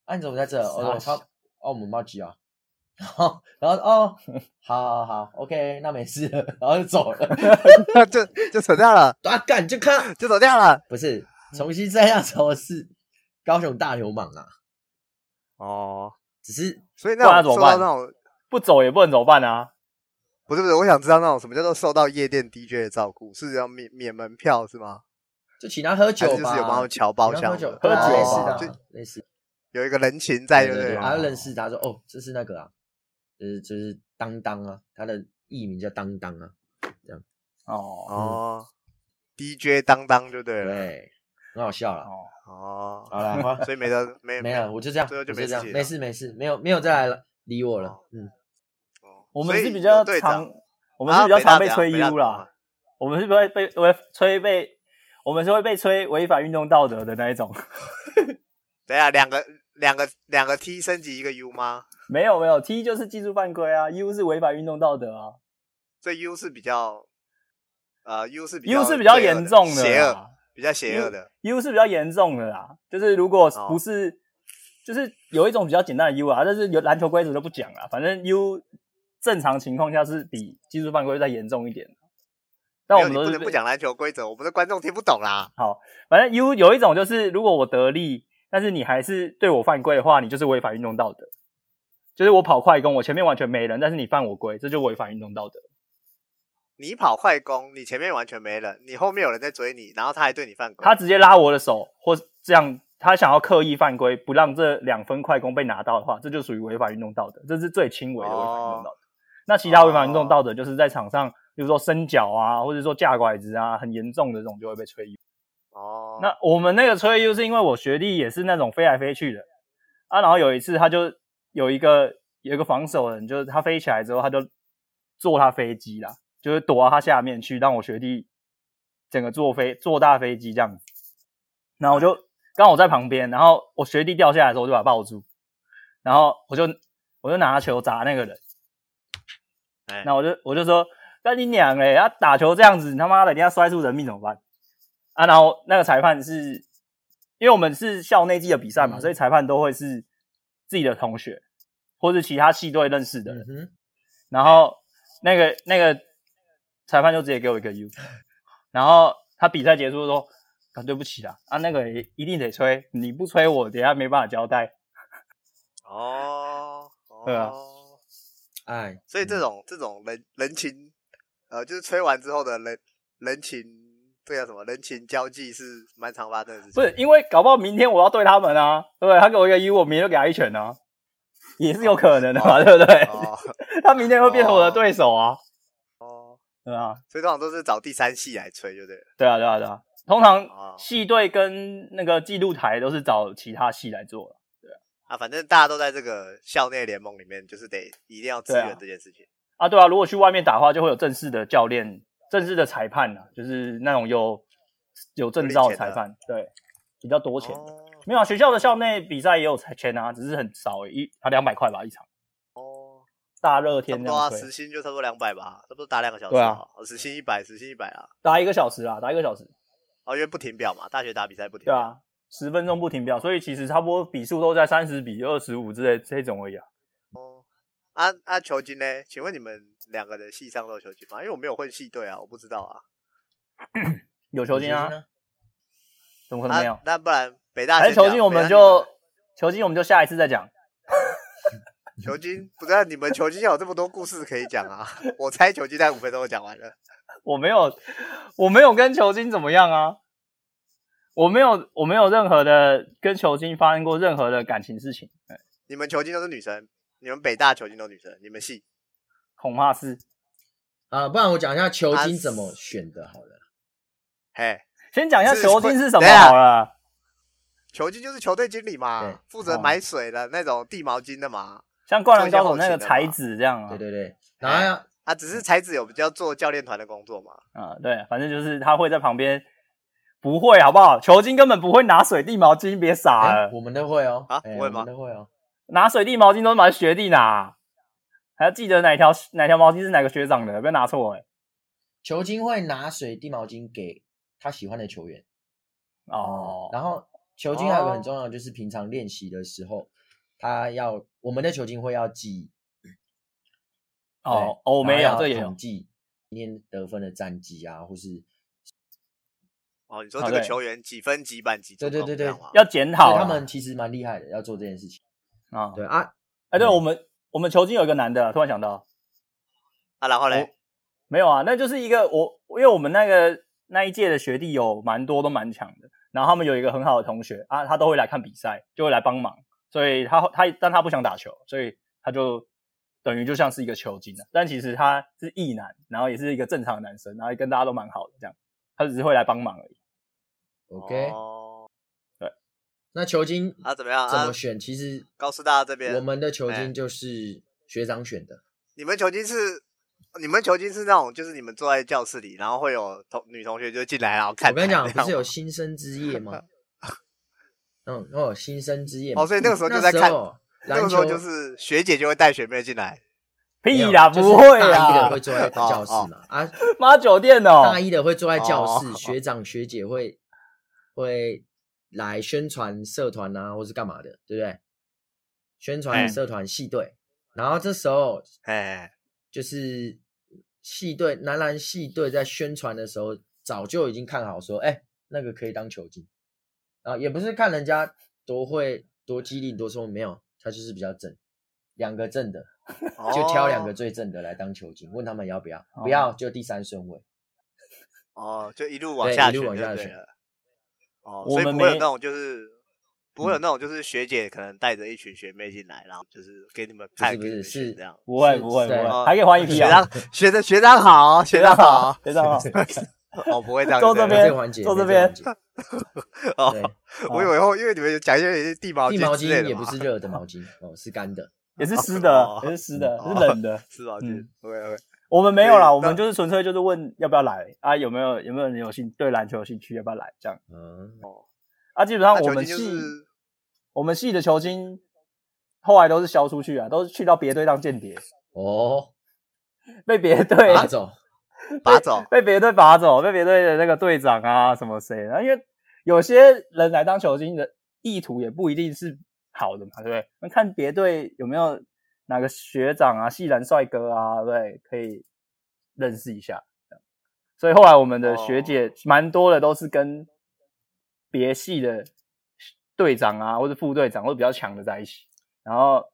[SPEAKER 3] 啊你怎么在这？我说
[SPEAKER 2] 傻
[SPEAKER 3] 他哦我们猫急啊， 然后然后哦好好好 OK 那没事了，然后就走了。
[SPEAKER 1] 就就扯掉了，
[SPEAKER 3] 啊干就看
[SPEAKER 1] 就走掉了。
[SPEAKER 3] 不是崇熙这样候是高雄大流氓啊，
[SPEAKER 1] 哦，
[SPEAKER 3] 只是
[SPEAKER 1] 所以
[SPEAKER 2] 不然
[SPEAKER 1] 那
[SPEAKER 2] 怎
[SPEAKER 1] 种
[SPEAKER 2] 么
[SPEAKER 1] 受到
[SPEAKER 2] 办
[SPEAKER 1] 那种
[SPEAKER 2] 不走也不能怎么办啊？
[SPEAKER 1] 不是不是，我想知道那种什么叫做受到夜店 DJ 的照顾，是要免免门票是吗？
[SPEAKER 3] 就请他喝
[SPEAKER 1] 还
[SPEAKER 3] 酒
[SPEAKER 1] 是
[SPEAKER 3] 吧，
[SPEAKER 1] 就是有帮他们瞧包
[SPEAKER 3] 请他
[SPEAKER 1] 厢
[SPEAKER 3] 喝酒，
[SPEAKER 1] 的？哦
[SPEAKER 2] 喝酒
[SPEAKER 3] 类
[SPEAKER 2] 吧
[SPEAKER 3] 似
[SPEAKER 1] 就
[SPEAKER 3] 的啊，类似
[SPEAKER 1] 有一个人情在，对不
[SPEAKER 3] 对，
[SPEAKER 1] 对？
[SPEAKER 3] 还要认识他说哦，这是那个啊，就是就是当当啊，他的艺名叫当当啊，
[SPEAKER 2] 哦
[SPEAKER 1] 哦，DJ 当当就对了。
[SPEAKER 3] 对，很好笑了。
[SPEAKER 2] 哦，
[SPEAKER 1] 哦，
[SPEAKER 3] 好了，好了
[SPEAKER 1] 所以没得没
[SPEAKER 3] 没了，我就这样，
[SPEAKER 1] 最后
[SPEAKER 3] 我
[SPEAKER 1] 就
[SPEAKER 3] 就
[SPEAKER 1] 没
[SPEAKER 3] 这样
[SPEAKER 1] 事，情了
[SPEAKER 3] 没事没事，没有没有再来了，理我了
[SPEAKER 1] 哦，
[SPEAKER 3] 嗯，
[SPEAKER 1] 哦
[SPEAKER 2] 我们
[SPEAKER 1] 所以
[SPEAKER 2] 是比较
[SPEAKER 1] 有队长
[SPEAKER 2] 常，我们是比较常被吹 U 啦。。
[SPEAKER 1] 啊
[SPEAKER 2] 我们是不会被被吹被，我们是会被吹违反运动道德的那一种。
[SPEAKER 1] 北大北大怎么了等一下，两个两个两个 T 升级一个 U 吗？
[SPEAKER 2] 没有没有，T 就是技术犯规啊，U 是违反运动道德啊
[SPEAKER 1] 所以 U 是比较，呃，U 是比较
[SPEAKER 2] ，U 是比较
[SPEAKER 1] 罪恶
[SPEAKER 2] 严重的
[SPEAKER 1] 邪恶，
[SPEAKER 2] 啦
[SPEAKER 1] 比较邪恶的。
[SPEAKER 2] ，U 是比较严重的啦。就是如果
[SPEAKER 1] 哦
[SPEAKER 2] 不是，就是有一种比较简单的 U 啊，但是有篮球规则就不讲了。反正 U 正常情况下是比技术犯规再严重一点。但
[SPEAKER 1] 没
[SPEAKER 2] 我
[SPEAKER 1] 有，
[SPEAKER 2] 们
[SPEAKER 1] 你
[SPEAKER 2] 都
[SPEAKER 1] 不
[SPEAKER 2] 是
[SPEAKER 1] 能
[SPEAKER 2] 被
[SPEAKER 1] 不讲篮球规则，我们的观众听不懂啦。
[SPEAKER 2] 反正 U 有一种就是，如果我得利，但是你还是对我犯规的话，你就是违反运动道德。就是我跑快攻，我前面完全没人，但是你犯我规，这就违反运动道德。
[SPEAKER 1] 你跑快攻，你前面完全没人，你后面有人在追你，然后他还对你犯规。
[SPEAKER 2] 他直接拉我的手，或是这样，他想要刻意犯规，不让这两分快攻被拿到的话，这就属于违反运动道德，这是最轻微的违反运动道德。那其他违反运动道德就是在场上，比如说伸脚啊，或者说架拐子啊，很严重的这种就会被吹 U。
[SPEAKER 1] 哦，
[SPEAKER 2] 那我们那个吹 U 是因为我学弟也是那种飞来飞去的啊，然后有一次他就有一个有一个防守人，就是他飞起来之后，他就坐他飞机啦，就是躲到他下面去，让我学弟整个坐飞坐大飞机这样子。然后我就刚好我在旁边，然后我学弟掉下来的时候，我就把他抱住，然后我就我就拿球砸那个人，
[SPEAKER 1] 哎
[SPEAKER 2] 那我就我就说，干你娘嘞！他打球这样子，你他妈的，人家摔出人命怎么办？啊，然后那个裁判是，因为我们是校内季的比赛嘛，
[SPEAKER 3] 嗯
[SPEAKER 2] 所以裁判都会是自己的同学或是其他系队认识的人
[SPEAKER 3] 嗯。哼，
[SPEAKER 2] 然后那个那个裁判就直接给我一个 U，然后他比赛结束说：“啊，对不起啦，啊，那个也一定得吹，你不吹我，等一下没办法交代。
[SPEAKER 1] 哦，
[SPEAKER 2] 对啊
[SPEAKER 1] 哦
[SPEAKER 3] 哎，
[SPEAKER 1] 所以
[SPEAKER 2] 嗯
[SPEAKER 1] 这种这种人人情，呃，就是吹完之后的人人情，这叫什么？人情交际是蛮常发生的事情。
[SPEAKER 2] 不是因为搞不好明天我要对他们啊，对不对？他给我一个 U，我明天就给他一拳啊，也是有可能的嘛，
[SPEAKER 1] 哦
[SPEAKER 2] 对不对？
[SPEAKER 1] 哦
[SPEAKER 2] 他明天会变成我的对手啊，
[SPEAKER 1] 哦，
[SPEAKER 2] 对吧？
[SPEAKER 1] 所以通常都是找第三系来吹，就对了。
[SPEAKER 2] 对啊，对啊，对啊。通常
[SPEAKER 1] 哦，
[SPEAKER 2] 系队跟那个记录台都是找其他系来做了。
[SPEAKER 1] 啊，反正大家都在这个校内联盟里面，就是得一定要支
[SPEAKER 2] 对
[SPEAKER 1] 援
[SPEAKER 2] 啊
[SPEAKER 1] 这件事情。
[SPEAKER 2] 啊，对啊，如果去外面打的话，就会有正式的教练、正式的裁判啊，就是那种有有证照的裁判，对，比较多钱。
[SPEAKER 1] 哦
[SPEAKER 2] 没有、啊，学校的校内比赛也有裁签啊，只是很少而已，一啊两百块吧一场，
[SPEAKER 1] 哦，
[SPEAKER 2] 大热
[SPEAKER 1] 差
[SPEAKER 2] 天
[SPEAKER 1] 不
[SPEAKER 2] 这
[SPEAKER 1] 多
[SPEAKER 2] 样
[SPEAKER 1] 啊，
[SPEAKER 2] 吹，
[SPEAKER 1] 时薪就差不多两百吧，差不多打两个小时
[SPEAKER 2] 对啊
[SPEAKER 1] 哦，时薪一百，时薪一百啊。
[SPEAKER 2] 打一个小时啊，打一个小时，
[SPEAKER 1] 哦，因为不停表嘛，大学打比赛不停
[SPEAKER 2] 对
[SPEAKER 1] 表。
[SPEAKER 2] 啊，十分钟不停表，所以其实差不多比数都在三十比二十五之类这种而已啊。
[SPEAKER 1] 哦，啊啊，球精呢？请问你们两个的系上都有球精吗？因为我没有混系队啊，我不知道啊。
[SPEAKER 2] 有球精啊
[SPEAKER 3] 你觉得？呢
[SPEAKER 2] 怎么可能
[SPEAKER 1] 啊
[SPEAKER 2] 没有，？
[SPEAKER 1] 那不然北大
[SPEAKER 2] 还
[SPEAKER 1] 先
[SPEAKER 2] 是
[SPEAKER 1] 讲
[SPEAKER 2] 球精我们
[SPEAKER 1] 北
[SPEAKER 2] 就
[SPEAKER 1] 大
[SPEAKER 2] 球精我们就下一次再讲。
[SPEAKER 1] 你们球精，不是你们球精有这么多故事可以讲啊？ 我猜球精在五分钟就讲完了。
[SPEAKER 2] 我没有，我没有跟球精怎么样啊？我没有，我没有任何的跟球精发生过任何的感情事情，哎
[SPEAKER 1] 你们球精都是女生，你们北大球精都是女生，你们系
[SPEAKER 2] 恐怕是。
[SPEAKER 3] 啊，不然我讲一下球
[SPEAKER 1] 啊
[SPEAKER 3] 星怎么选的，好了。
[SPEAKER 1] 嘿，
[SPEAKER 2] 先讲一下
[SPEAKER 1] 是
[SPEAKER 2] 球精是什
[SPEAKER 1] 等
[SPEAKER 2] 么
[SPEAKER 1] 一下
[SPEAKER 2] 好了。
[SPEAKER 1] 球精就是球队经理
[SPEAKER 3] 对
[SPEAKER 1] 嘛，负责
[SPEAKER 2] 哦
[SPEAKER 1] 买水的那种递毛巾的嘛。
[SPEAKER 2] 像《灌篮高手》
[SPEAKER 1] 做一些
[SPEAKER 2] 那
[SPEAKER 1] 后勤
[SPEAKER 2] 个
[SPEAKER 1] 的嘛
[SPEAKER 2] 才子这样啊，
[SPEAKER 3] 对对对，然后要
[SPEAKER 1] 啊，只是才子有比较做教练团的工作嘛。
[SPEAKER 2] 啊，对，反正就是他会在旁边，不会好不好？球精根本不会拿水递毛巾，别傻
[SPEAKER 3] 哎
[SPEAKER 2] 了，
[SPEAKER 3] 我们都会哦，
[SPEAKER 1] 啊
[SPEAKER 3] 哎
[SPEAKER 1] 不会吗
[SPEAKER 3] 我们都会哦。
[SPEAKER 2] 拿水递毛巾都是拿学弟拿，还要记得哪条哪条毛巾是哪个学长的，不要拿错哎、
[SPEAKER 3] 球精会拿水递毛巾给他喜欢的球员
[SPEAKER 2] 哦，
[SPEAKER 3] 然后球精还有一个很
[SPEAKER 1] 哦
[SPEAKER 3] 重要的就是平常练习的时候，他要我们的球精会要记
[SPEAKER 2] 哦，哦，没有，这个也有
[SPEAKER 3] 统，计今天得分的战绩啊，或是
[SPEAKER 1] 哦，你说
[SPEAKER 2] 啊
[SPEAKER 1] 这个
[SPEAKER 2] 对
[SPEAKER 1] 球员几分几板几助
[SPEAKER 3] 对对
[SPEAKER 1] 攻
[SPEAKER 3] 对
[SPEAKER 1] 这
[SPEAKER 3] 对
[SPEAKER 1] 样吗？
[SPEAKER 2] 要检
[SPEAKER 3] 所
[SPEAKER 2] 讨
[SPEAKER 3] 以
[SPEAKER 2] 啦
[SPEAKER 3] 他们其实蛮厉害的，要做这件事情。
[SPEAKER 2] 啊，
[SPEAKER 3] 对啊，
[SPEAKER 2] 哎，对
[SPEAKER 3] 嗯
[SPEAKER 2] 我们我们球精有一个男的，突然想到，
[SPEAKER 1] 啊，然后嘞，
[SPEAKER 2] 没有啊，那就是一个我，因为我们那个那一届的学弟有蛮多都蛮强的，然后他们有一个很好的同学啊，他都会来看比赛，就会来帮忙，所以他他但他不想打球，所以他就等于就像是一个球精啊，但其实他是异男，然后也是一个正常的男生，然后跟大家都蛮好的这样，他只是会来帮忙而已。
[SPEAKER 3] OK，
[SPEAKER 1] 哦，
[SPEAKER 3] 那球精
[SPEAKER 1] 啊怎么样
[SPEAKER 3] 怎
[SPEAKER 1] 啊
[SPEAKER 3] 么？选？其实
[SPEAKER 1] 告诉大家这边，
[SPEAKER 3] 我们的球
[SPEAKER 1] 哎
[SPEAKER 3] 精就是学长选的，
[SPEAKER 1] 你们球精是，你们球精是那种，就是你们坐在教室里，然后会有同女同学就进来，然后看
[SPEAKER 3] 我跟你
[SPEAKER 1] 台
[SPEAKER 3] 讲，
[SPEAKER 1] 这
[SPEAKER 3] 不是
[SPEAKER 1] 样
[SPEAKER 3] 有
[SPEAKER 1] 吗
[SPEAKER 3] 新生之 夜吗？嗯，哦，新生之夜嘛
[SPEAKER 1] 哦，所以那个时候就
[SPEAKER 3] 那
[SPEAKER 1] 在看
[SPEAKER 3] 时，候
[SPEAKER 1] 那
[SPEAKER 3] 篮
[SPEAKER 1] 个时候
[SPEAKER 3] 球，
[SPEAKER 1] 就是学姐就会带学妹进来，
[SPEAKER 3] 没
[SPEAKER 2] 屁
[SPEAKER 3] 有
[SPEAKER 2] 啦，
[SPEAKER 3] 就是
[SPEAKER 2] 不会
[SPEAKER 3] 大一的
[SPEAKER 2] 啦
[SPEAKER 3] 会，坐
[SPEAKER 1] 哦
[SPEAKER 3] 在教室嘛，啊，
[SPEAKER 2] 妈酒店哦，
[SPEAKER 3] 大一的会坐在教室，
[SPEAKER 1] 哦
[SPEAKER 3] 学长学姐会会来宣传社团啊，或是干嘛的，对不对？宣传
[SPEAKER 2] 哎
[SPEAKER 3] 社团系队，然后这时候
[SPEAKER 1] 哎，
[SPEAKER 3] 就是系队男篮系队在宣传的时候，早就已经看好说，哎、那个可以当球精，然后也不是看人家多会、多机灵、多聪明，没有，他就是比较正，两个正的就挑
[SPEAKER 1] 哦
[SPEAKER 3] 两个最正的来当球精，问他们要不要，
[SPEAKER 2] 哦
[SPEAKER 3] 不要就第三顺位。
[SPEAKER 1] 哦，哦，就一路往
[SPEAKER 3] 对
[SPEAKER 1] 下
[SPEAKER 3] 一路
[SPEAKER 1] 选，
[SPEAKER 3] 往
[SPEAKER 1] 就
[SPEAKER 3] 下
[SPEAKER 1] 对
[SPEAKER 3] 选
[SPEAKER 1] 了。哦，
[SPEAKER 2] 我
[SPEAKER 1] 所以
[SPEAKER 2] 们
[SPEAKER 1] 不会有
[SPEAKER 2] 没
[SPEAKER 1] 那种就是。不
[SPEAKER 3] 嗯
[SPEAKER 1] 会有那种，就是学姐可能带着一群学妹进来，然后就是给你们
[SPEAKER 3] 不
[SPEAKER 1] 看，
[SPEAKER 3] 是不
[SPEAKER 1] 给你们
[SPEAKER 3] 是
[SPEAKER 1] 选
[SPEAKER 3] 是
[SPEAKER 1] 这样。
[SPEAKER 2] 不会
[SPEAKER 3] 是
[SPEAKER 2] 不会不
[SPEAKER 3] 对
[SPEAKER 2] 会，
[SPEAKER 1] 哦
[SPEAKER 2] 还可以换一批
[SPEAKER 1] 学
[SPEAKER 2] 啊
[SPEAKER 1] 长，，学的学长好，学长 好，
[SPEAKER 2] 学长好，
[SPEAKER 1] 哦，不会这样。
[SPEAKER 2] 坐
[SPEAKER 1] 对
[SPEAKER 2] 这
[SPEAKER 1] 不
[SPEAKER 3] 没
[SPEAKER 1] 对
[SPEAKER 2] 边
[SPEAKER 3] 有这个环节，
[SPEAKER 2] 坐这
[SPEAKER 3] 没有
[SPEAKER 1] 哦
[SPEAKER 3] 个环节，
[SPEAKER 1] 我以为后，因为你们讲一些地毛
[SPEAKER 3] 对，
[SPEAKER 1] 巾
[SPEAKER 3] 地毛
[SPEAKER 1] 之类
[SPEAKER 3] 巾
[SPEAKER 1] 的
[SPEAKER 3] 也
[SPEAKER 1] 嘛
[SPEAKER 3] 不是热的毛巾哦，是干的。
[SPEAKER 2] 也是湿的
[SPEAKER 1] 哦，
[SPEAKER 2] 也是湿的，
[SPEAKER 1] 嗯
[SPEAKER 2] 是冷的。
[SPEAKER 1] 是吧？就是
[SPEAKER 2] 嗯
[SPEAKER 1] OK OK，
[SPEAKER 2] 我们没有
[SPEAKER 1] 所
[SPEAKER 2] 啦，
[SPEAKER 1] 以
[SPEAKER 2] 我们
[SPEAKER 1] 那
[SPEAKER 2] 就是纯粹就是问要不要来啊，有没有有没有人有兴对篮球有兴趣，要不要来这样
[SPEAKER 3] 嗯，
[SPEAKER 2] 啊？基本上
[SPEAKER 1] 那
[SPEAKER 2] 我
[SPEAKER 1] 球
[SPEAKER 2] 们
[SPEAKER 1] 精
[SPEAKER 2] 系、
[SPEAKER 1] 就是
[SPEAKER 2] 我们系的球星后来都是消出去啊，都是去到别队当间谍，
[SPEAKER 3] 哦，
[SPEAKER 2] 被别队、
[SPEAKER 1] 啊
[SPEAKER 3] 拿走。
[SPEAKER 1] 拔走，
[SPEAKER 2] 被别队拔走，被别队的那个队长啊什么谁啊，因为有些人来当球星的意图也不一定是好的嘛，对不对？那看别队有没有哪个学长啊、系篮帅哥啊，对不对，可以认识一下。所以后来我们的学姐蛮多的都是跟别系的队长啊，或者副队长或者比较强的在一起，然后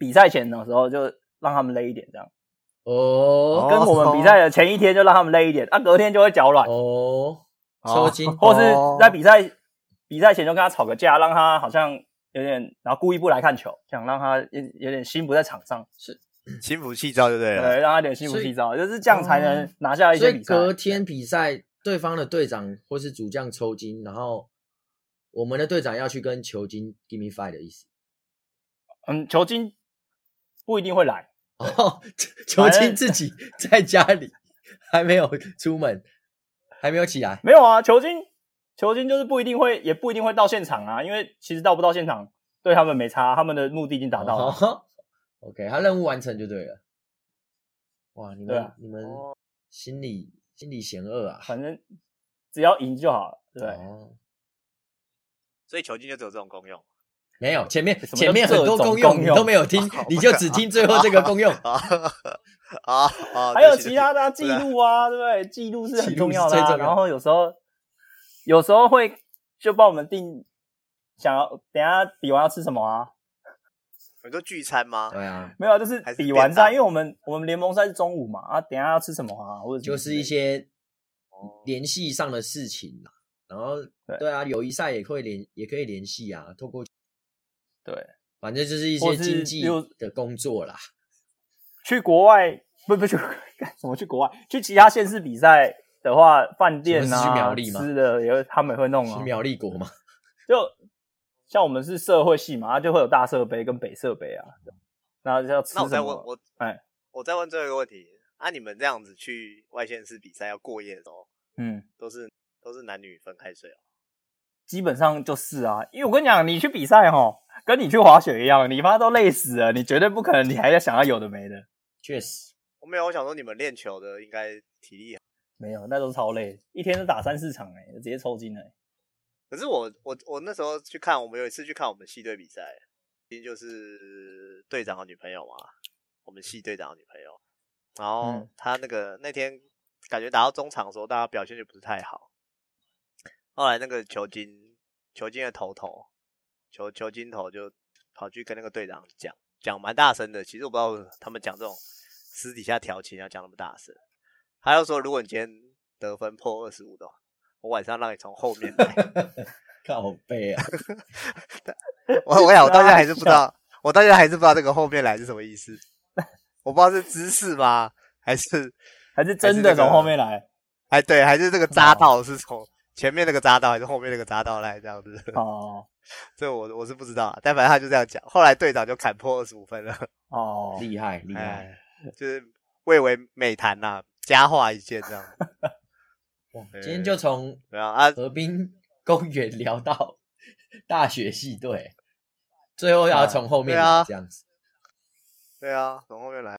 [SPEAKER 2] 比赛前的时候就让他们累一点，这样
[SPEAKER 3] 哦
[SPEAKER 2] 跟我们比赛的前一天就让他们累一点，啊，隔天就会脚软，
[SPEAKER 3] 哦，
[SPEAKER 1] 哦
[SPEAKER 3] 抽筋
[SPEAKER 2] 或是在比赛比赛前就跟他吵个架，让他好像有点，然后故意不来看球，想让他有有点心不在场上，
[SPEAKER 1] 心浮气躁就对
[SPEAKER 3] 啊
[SPEAKER 1] 了。
[SPEAKER 2] 对，让他有点心浮
[SPEAKER 3] 所以哦
[SPEAKER 2] 气躁，就是这样才能拿下一
[SPEAKER 3] 所
[SPEAKER 2] 些
[SPEAKER 3] 以
[SPEAKER 2] 比赛。
[SPEAKER 3] 隔天比赛，对方的队长或是主将抽筋，然后我们的队长要去跟球精 give me five 的意思。
[SPEAKER 2] 嗯，球精不一定会来，
[SPEAKER 3] 哦， 球精自 己在家里还没有出门，还没有起来。
[SPEAKER 2] 没有啊，球精球精就是不一定会，也不一定会到现场啊，因为其实到不到现场对他们没差，他们的目的已经达到了。
[SPEAKER 3] 哦 OK，他任务完成就对了。哇，你
[SPEAKER 2] 对
[SPEAKER 3] 们、
[SPEAKER 2] 啊
[SPEAKER 3] 你们心里心里险恶啊！
[SPEAKER 2] 反正只要赢就好了，对。
[SPEAKER 3] 哦
[SPEAKER 1] 所以球精就只有这种功用
[SPEAKER 3] 没有前面
[SPEAKER 2] 什么叫
[SPEAKER 3] 前面很多
[SPEAKER 2] 这种
[SPEAKER 3] 功用
[SPEAKER 2] 功
[SPEAKER 3] 你
[SPEAKER 2] 用
[SPEAKER 3] 都没有听，你就只听最后这个 功用。
[SPEAKER 1] 啊啊啊！
[SPEAKER 2] 还有
[SPEAKER 1] 对不起
[SPEAKER 2] 其他的啊记
[SPEAKER 1] 对不起
[SPEAKER 2] 录啊，对不对？记录是很重要的、
[SPEAKER 3] 记录是
[SPEAKER 2] 啊。
[SPEAKER 3] 最重要
[SPEAKER 2] 然后有时候有时候会就帮我们定想要等一下比完要吃什么啊？
[SPEAKER 1] 你说聚餐吗？
[SPEAKER 3] 对啊，
[SPEAKER 2] 没有啊，就是
[SPEAKER 1] 还是
[SPEAKER 2] 比完
[SPEAKER 1] 便当
[SPEAKER 2] 赛，因为我们我们联盟赛是中午嘛啊，等一下要吃什么啊？或者什么之
[SPEAKER 3] 就是
[SPEAKER 2] 类的哦
[SPEAKER 3] 一些联系上的事情啦。然后
[SPEAKER 2] 对
[SPEAKER 3] 对啊，友谊赛也会联也可以联系啊，透过
[SPEAKER 2] 对
[SPEAKER 3] 反正就是一
[SPEAKER 2] 或
[SPEAKER 3] 些
[SPEAKER 2] 是
[SPEAKER 3] 经济
[SPEAKER 2] 又
[SPEAKER 3] 的工作啦。
[SPEAKER 2] 去国外不不去干 什么去国外去其他县市比赛的话，饭店
[SPEAKER 3] 什么是去
[SPEAKER 2] 啊
[SPEAKER 3] 苗栗吗
[SPEAKER 2] 吃的也会他们也会弄
[SPEAKER 3] 是
[SPEAKER 2] 啊。
[SPEAKER 3] 苗栗国嘛？
[SPEAKER 2] 就像我们是社会系嘛，啊它就会有大设备跟北设备啊，然后就要吃
[SPEAKER 1] 那我
[SPEAKER 2] 什
[SPEAKER 1] 再问
[SPEAKER 2] 么？
[SPEAKER 1] 我，
[SPEAKER 2] 哎，
[SPEAKER 1] 我再问最后一个问题：啊，你们这样子去外县市比赛要过夜的时候，
[SPEAKER 2] 嗯。
[SPEAKER 1] 都是都是男女分开睡哦？
[SPEAKER 2] 基本上就是啊，因为我跟你讲，你去比赛吼，跟你去滑雪一样，你妈都累死了，你绝对不可能，你还在想要有的没的，
[SPEAKER 3] 确实，
[SPEAKER 1] 我没有，我想说你们练球的应该体力好。
[SPEAKER 2] 没有，那都超累，一天都打三四场哎、直接抽筋了欸、
[SPEAKER 1] 可是我我我那时候去看，我们有一次去看我们系队比赛，就是队长的女朋友嘛，我们系队长的女朋友。然后
[SPEAKER 2] 嗯
[SPEAKER 1] 他那个、那天感觉打到中场的时候，大家表现就不是太好。后来那个球精，球精的头头，球球精头就跑去跟那个队长讲，讲蛮大声的。其实我不知道他们讲这种私底下调情要讲那么大声。他就说，如果你今天得分破二十五的话，我晚上让你从后面来。
[SPEAKER 3] 靠背啊，
[SPEAKER 1] 我我想我到现在还是不知道，我到现在还是不知道这个后面来是什么意思。 我不知道是姿势吗？还是
[SPEAKER 2] 还是真
[SPEAKER 1] 还
[SPEAKER 2] 的
[SPEAKER 1] 是这个
[SPEAKER 2] 从后面来
[SPEAKER 1] 哎对，还是这个匝道是从前面那个匝道还是后面那个匝道来这样子？
[SPEAKER 2] 哦
[SPEAKER 1] 这我我是不知道啊，但反正他就这样讲。后来队长就砍破二十五分了，
[SPEAKER 2] 哦，
[SPEAKER 3] 厉害厉害！
[SPEAKER 1] 哎，就是蔚为美谈呐、佳话一件这样子。
[SPEAKER 3] 哇，
[SPEAKER 1] 哎
[SPEAKER 3] 今天就从
[SPEAKER 1] 对啊啊，
[SPEAKER 3] 河滨公园聊到 大学系队，最后
[SPEAKER 2] 哎
[SPEAKER 3] 要从后面
[SPEAKER 1] 对啊
[SPEAKER 3] 来这样子。
[SPEAKER 1] 对啊，从后面来，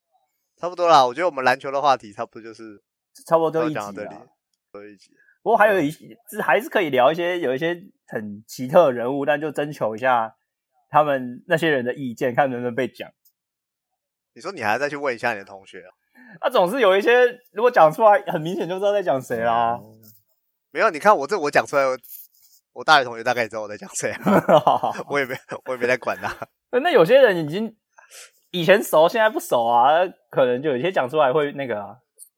[SPEAKER 1] 差不多啦。我觉得我们篮球的话题差不多就是
[SPEAKER 2] 差不多就一集啊
[SPEAKER 1] 讲到这里
[SPEAKER 2] 了。，
[SPEAKER 1] 有一集。
[SPEAKER 2] 不过还有一是还是可以聊一些有一些很奇特的人物，但就征求一下他们那些人的意见，看能不能被讲。
[SPEAKER 1] 你说你还要再去问一下你的同学啊？
[SPEAKER 2] 那、总是有一些如果讲出来，很明显就知道在讲谁啦。
[SPEAKER 3] 哦？
[SPEAKER 1] 没有，你看我这我讲出来，我我大学同学大概也知道我在讲谁啊， 我也没我也没在管他。
[SPEAKER 2] 那那有些人已经以前熟，现在不熟啊，可能就有些讲出来会那个、啊，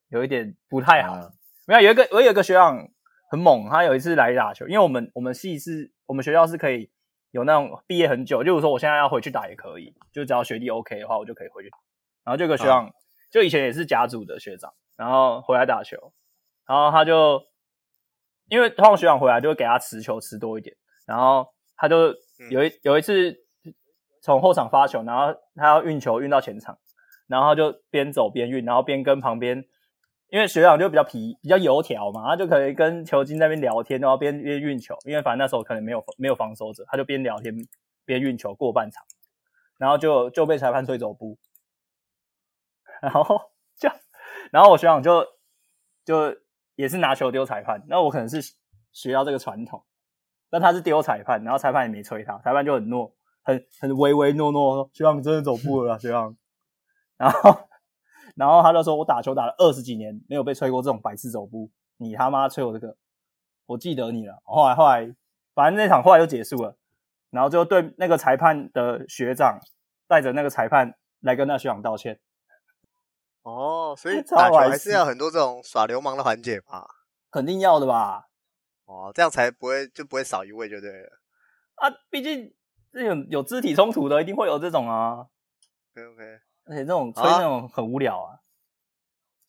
[SPEAKER 2] 有一点不太好。
[SPEAKER 3] 啊
[SPEAKER 2] 没有，有一个我有一个学长很猛，他有一次来打球，因为我们我们系是我们学校是可以有那种毕业很久，例如说我现在要回去打也可以，就只要学历 OK 的话，我就可以回去打。然后这个学长、就以前也是甲组的学长，然后回来打球，然后他就因为通常学长回来就会给他持球持多一点，然后他就有一、有一次从后场发球，然后他要运球运到前场，然后他就边走边运，然后边跟旁边，因为学长就比较皮比较油条嘛，他就可以跟球精在那边聊天，然后边边运球，因为反正那时候可能没有没有防守者，他就边聊天边运球过半场，然后就就被裁判吹走步， 然后就然后我学长就就也是拿球丢裁判，那我可能是学到这个传统，但他是丢裁判，然后裁判也没吹他，裁判就很懦，很很唯唯诺诺说学长你真的走步了啦，学长，然后 然后他就说我打球打了二十几年没有被吹过这种白痴走步，你他妈吹我这个，我记得你了。后来后来反正那场后来就结束了，然后就对那个裁判的学长带着那个裁判来跟那学长道歉，
[SPEAKER 1] 哦，所以
[SPEAKER 2] 超
[SPEAKER 1] 打球
[SPEAKER 2] 白
[SPEAKER 1] 还是
[SPEAKER 2] 痴
[SPEAKER 1] 要很多这种耍流氓的环节吧？
[SPEAKER 2] 肯定要的吧？
[SPEAKER 1] 哦，这样才不会就不会少一位就对了。
[SPEAKER 2] 啊，毕竟这有有肢体冲突的，一定会有这种啊，
[SPEAKER 1] OK OK，
[SPEAKER 2] 而且这种吹
[SPEAKER 1] 好啊
[SPEAKER 2] 那种很无聊啊。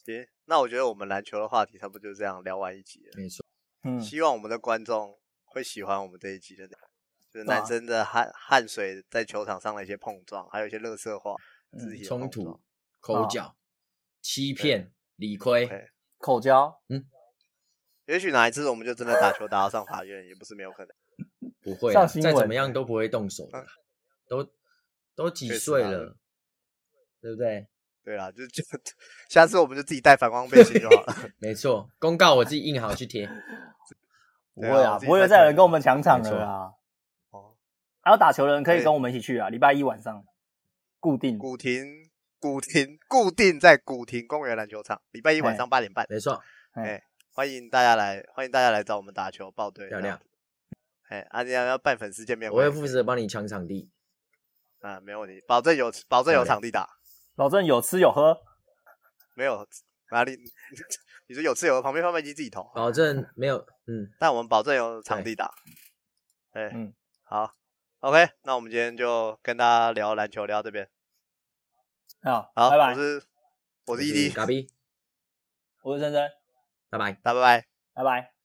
[SPEAKER 1] 行，那我觉得我们篮球的话题差不多就这样聊完一集了。
[SPEAKER 3] 没错，
[SPEAKER 2] 嗯，
[SPEAKER 1] 希望我们的观众会喜欢我们这一集的内容，就是
[SPEAKER 2] 对啊
[SPEAKER 1] 男生的汗汗水在球场上的一些碰撞，还有一些乐色化、
[SPEAKER 2] 嗯
[SPEAKER 1] 肢体的
[SPEAKER 3] 冲
[SPEAKER 1] 碰撞
[SPEAKER 3] 突、口角、欺骗、理亏，
[SPEAKER 1] OK
[SPEAKER 2] 口交
[SPEAKER 1] 也许哪一次我们就真的打球打到上法院，也不是没有可能。
[SPEAKER 3] 不会
[SPEAKER 2] 上
[SPEAKER 3] 啦，
[SPEAKER 2] 新
[SPEAKER 3] 再怎
[SPEAKER 2] 闻
[SPEAKER 3] 么样都不会动手的啦，都都几
[SPEAKER 1] 啊确实啊
[SPEAKER 3] 岁
[SPEAKER 1] 啦
[SPEAKER 3] 了，对不对？
[SPEAKER 1] 对啦，就就下次我们就自己带反光背心就好了。
[SPEAKER 3] 没错，公告我自己印好去贴。
[SPEAKER 2] 不
[SPEAKER 1] 对
[SPEAKER 2] 会
[SPEAKER 1] 啊
[SPEAKER 2] 啊，
[SPEAKER 1] 我自己
[SPEAKER 2] 不会
[SPEAKER 1] 在
[SPEAKER 2] 再有人
[SPEAKER 1] 看
[SPEAKER 2] 跟我们抢场
[SPEAKER 3] 没
[SPEAKER 2] 了
[SPEAKER 3] 错
[SPEAKER 2] 啦。
[SPEAKER 1] 哦，
[SPEAKER 2] 还有打球的人可以
[SPEAKER 1] 对
[SPEAKER 2] 跟我们一起去啊，礼拜一晚上固定。
[SPEAKER 1] 古亭，古亭固定在古亭公园篮球场，礼拜一晚上八点半，
[SPEAKER 3] 没错，
[SPEAKER 2] 哎，
[SPEAKER 1] 欢迎大家来，欢迎大家来找我们打球报队。
[SPEAKER 3] 漂亮，
[SPEAKER 1] 哎，阿亮要办粉丝见面
[SPEAKER 3] 我会
[SPEAKER 1] 会
[SPEAKER 3] 负责帮你抢场地。
[SPEAKER 1] 啊，没有问题，保证有保证有
[SPEAKER 3] 漂亮
[SPEAKER 1] 场地打，
[SPEAKER 2] 保证有吃有喝，
[SPEAKER 1] 没有哪里 你说有自由，旁边贩卖机自己投，
[SPEAKER 3] 保证没有，嗯，
[SPEAKER 1] 但我们保证有场地打。哎，
[SPEAKER 2] 嗯，
[SPEAKER 1] 好，OK，那我们今天就跟大家聊篮球，聊到这边。
[SPEAKER 2] 好，
[SPEAKER 1] 好，
[SPEAKER 2] 啊拜拜
[SPEAKER 1] 我，是 E 我
[SPEAKER 3] 我
[SPEAKER 1] 是 ED，
[SPEAKER 3] 嘎比，
[SPEAKER 2] 我是珍珍，
[SPEAKER 3] 拜拜。
[SPEAKER 1] 大家拜拜。
[SPEAKER 2] 拜拜。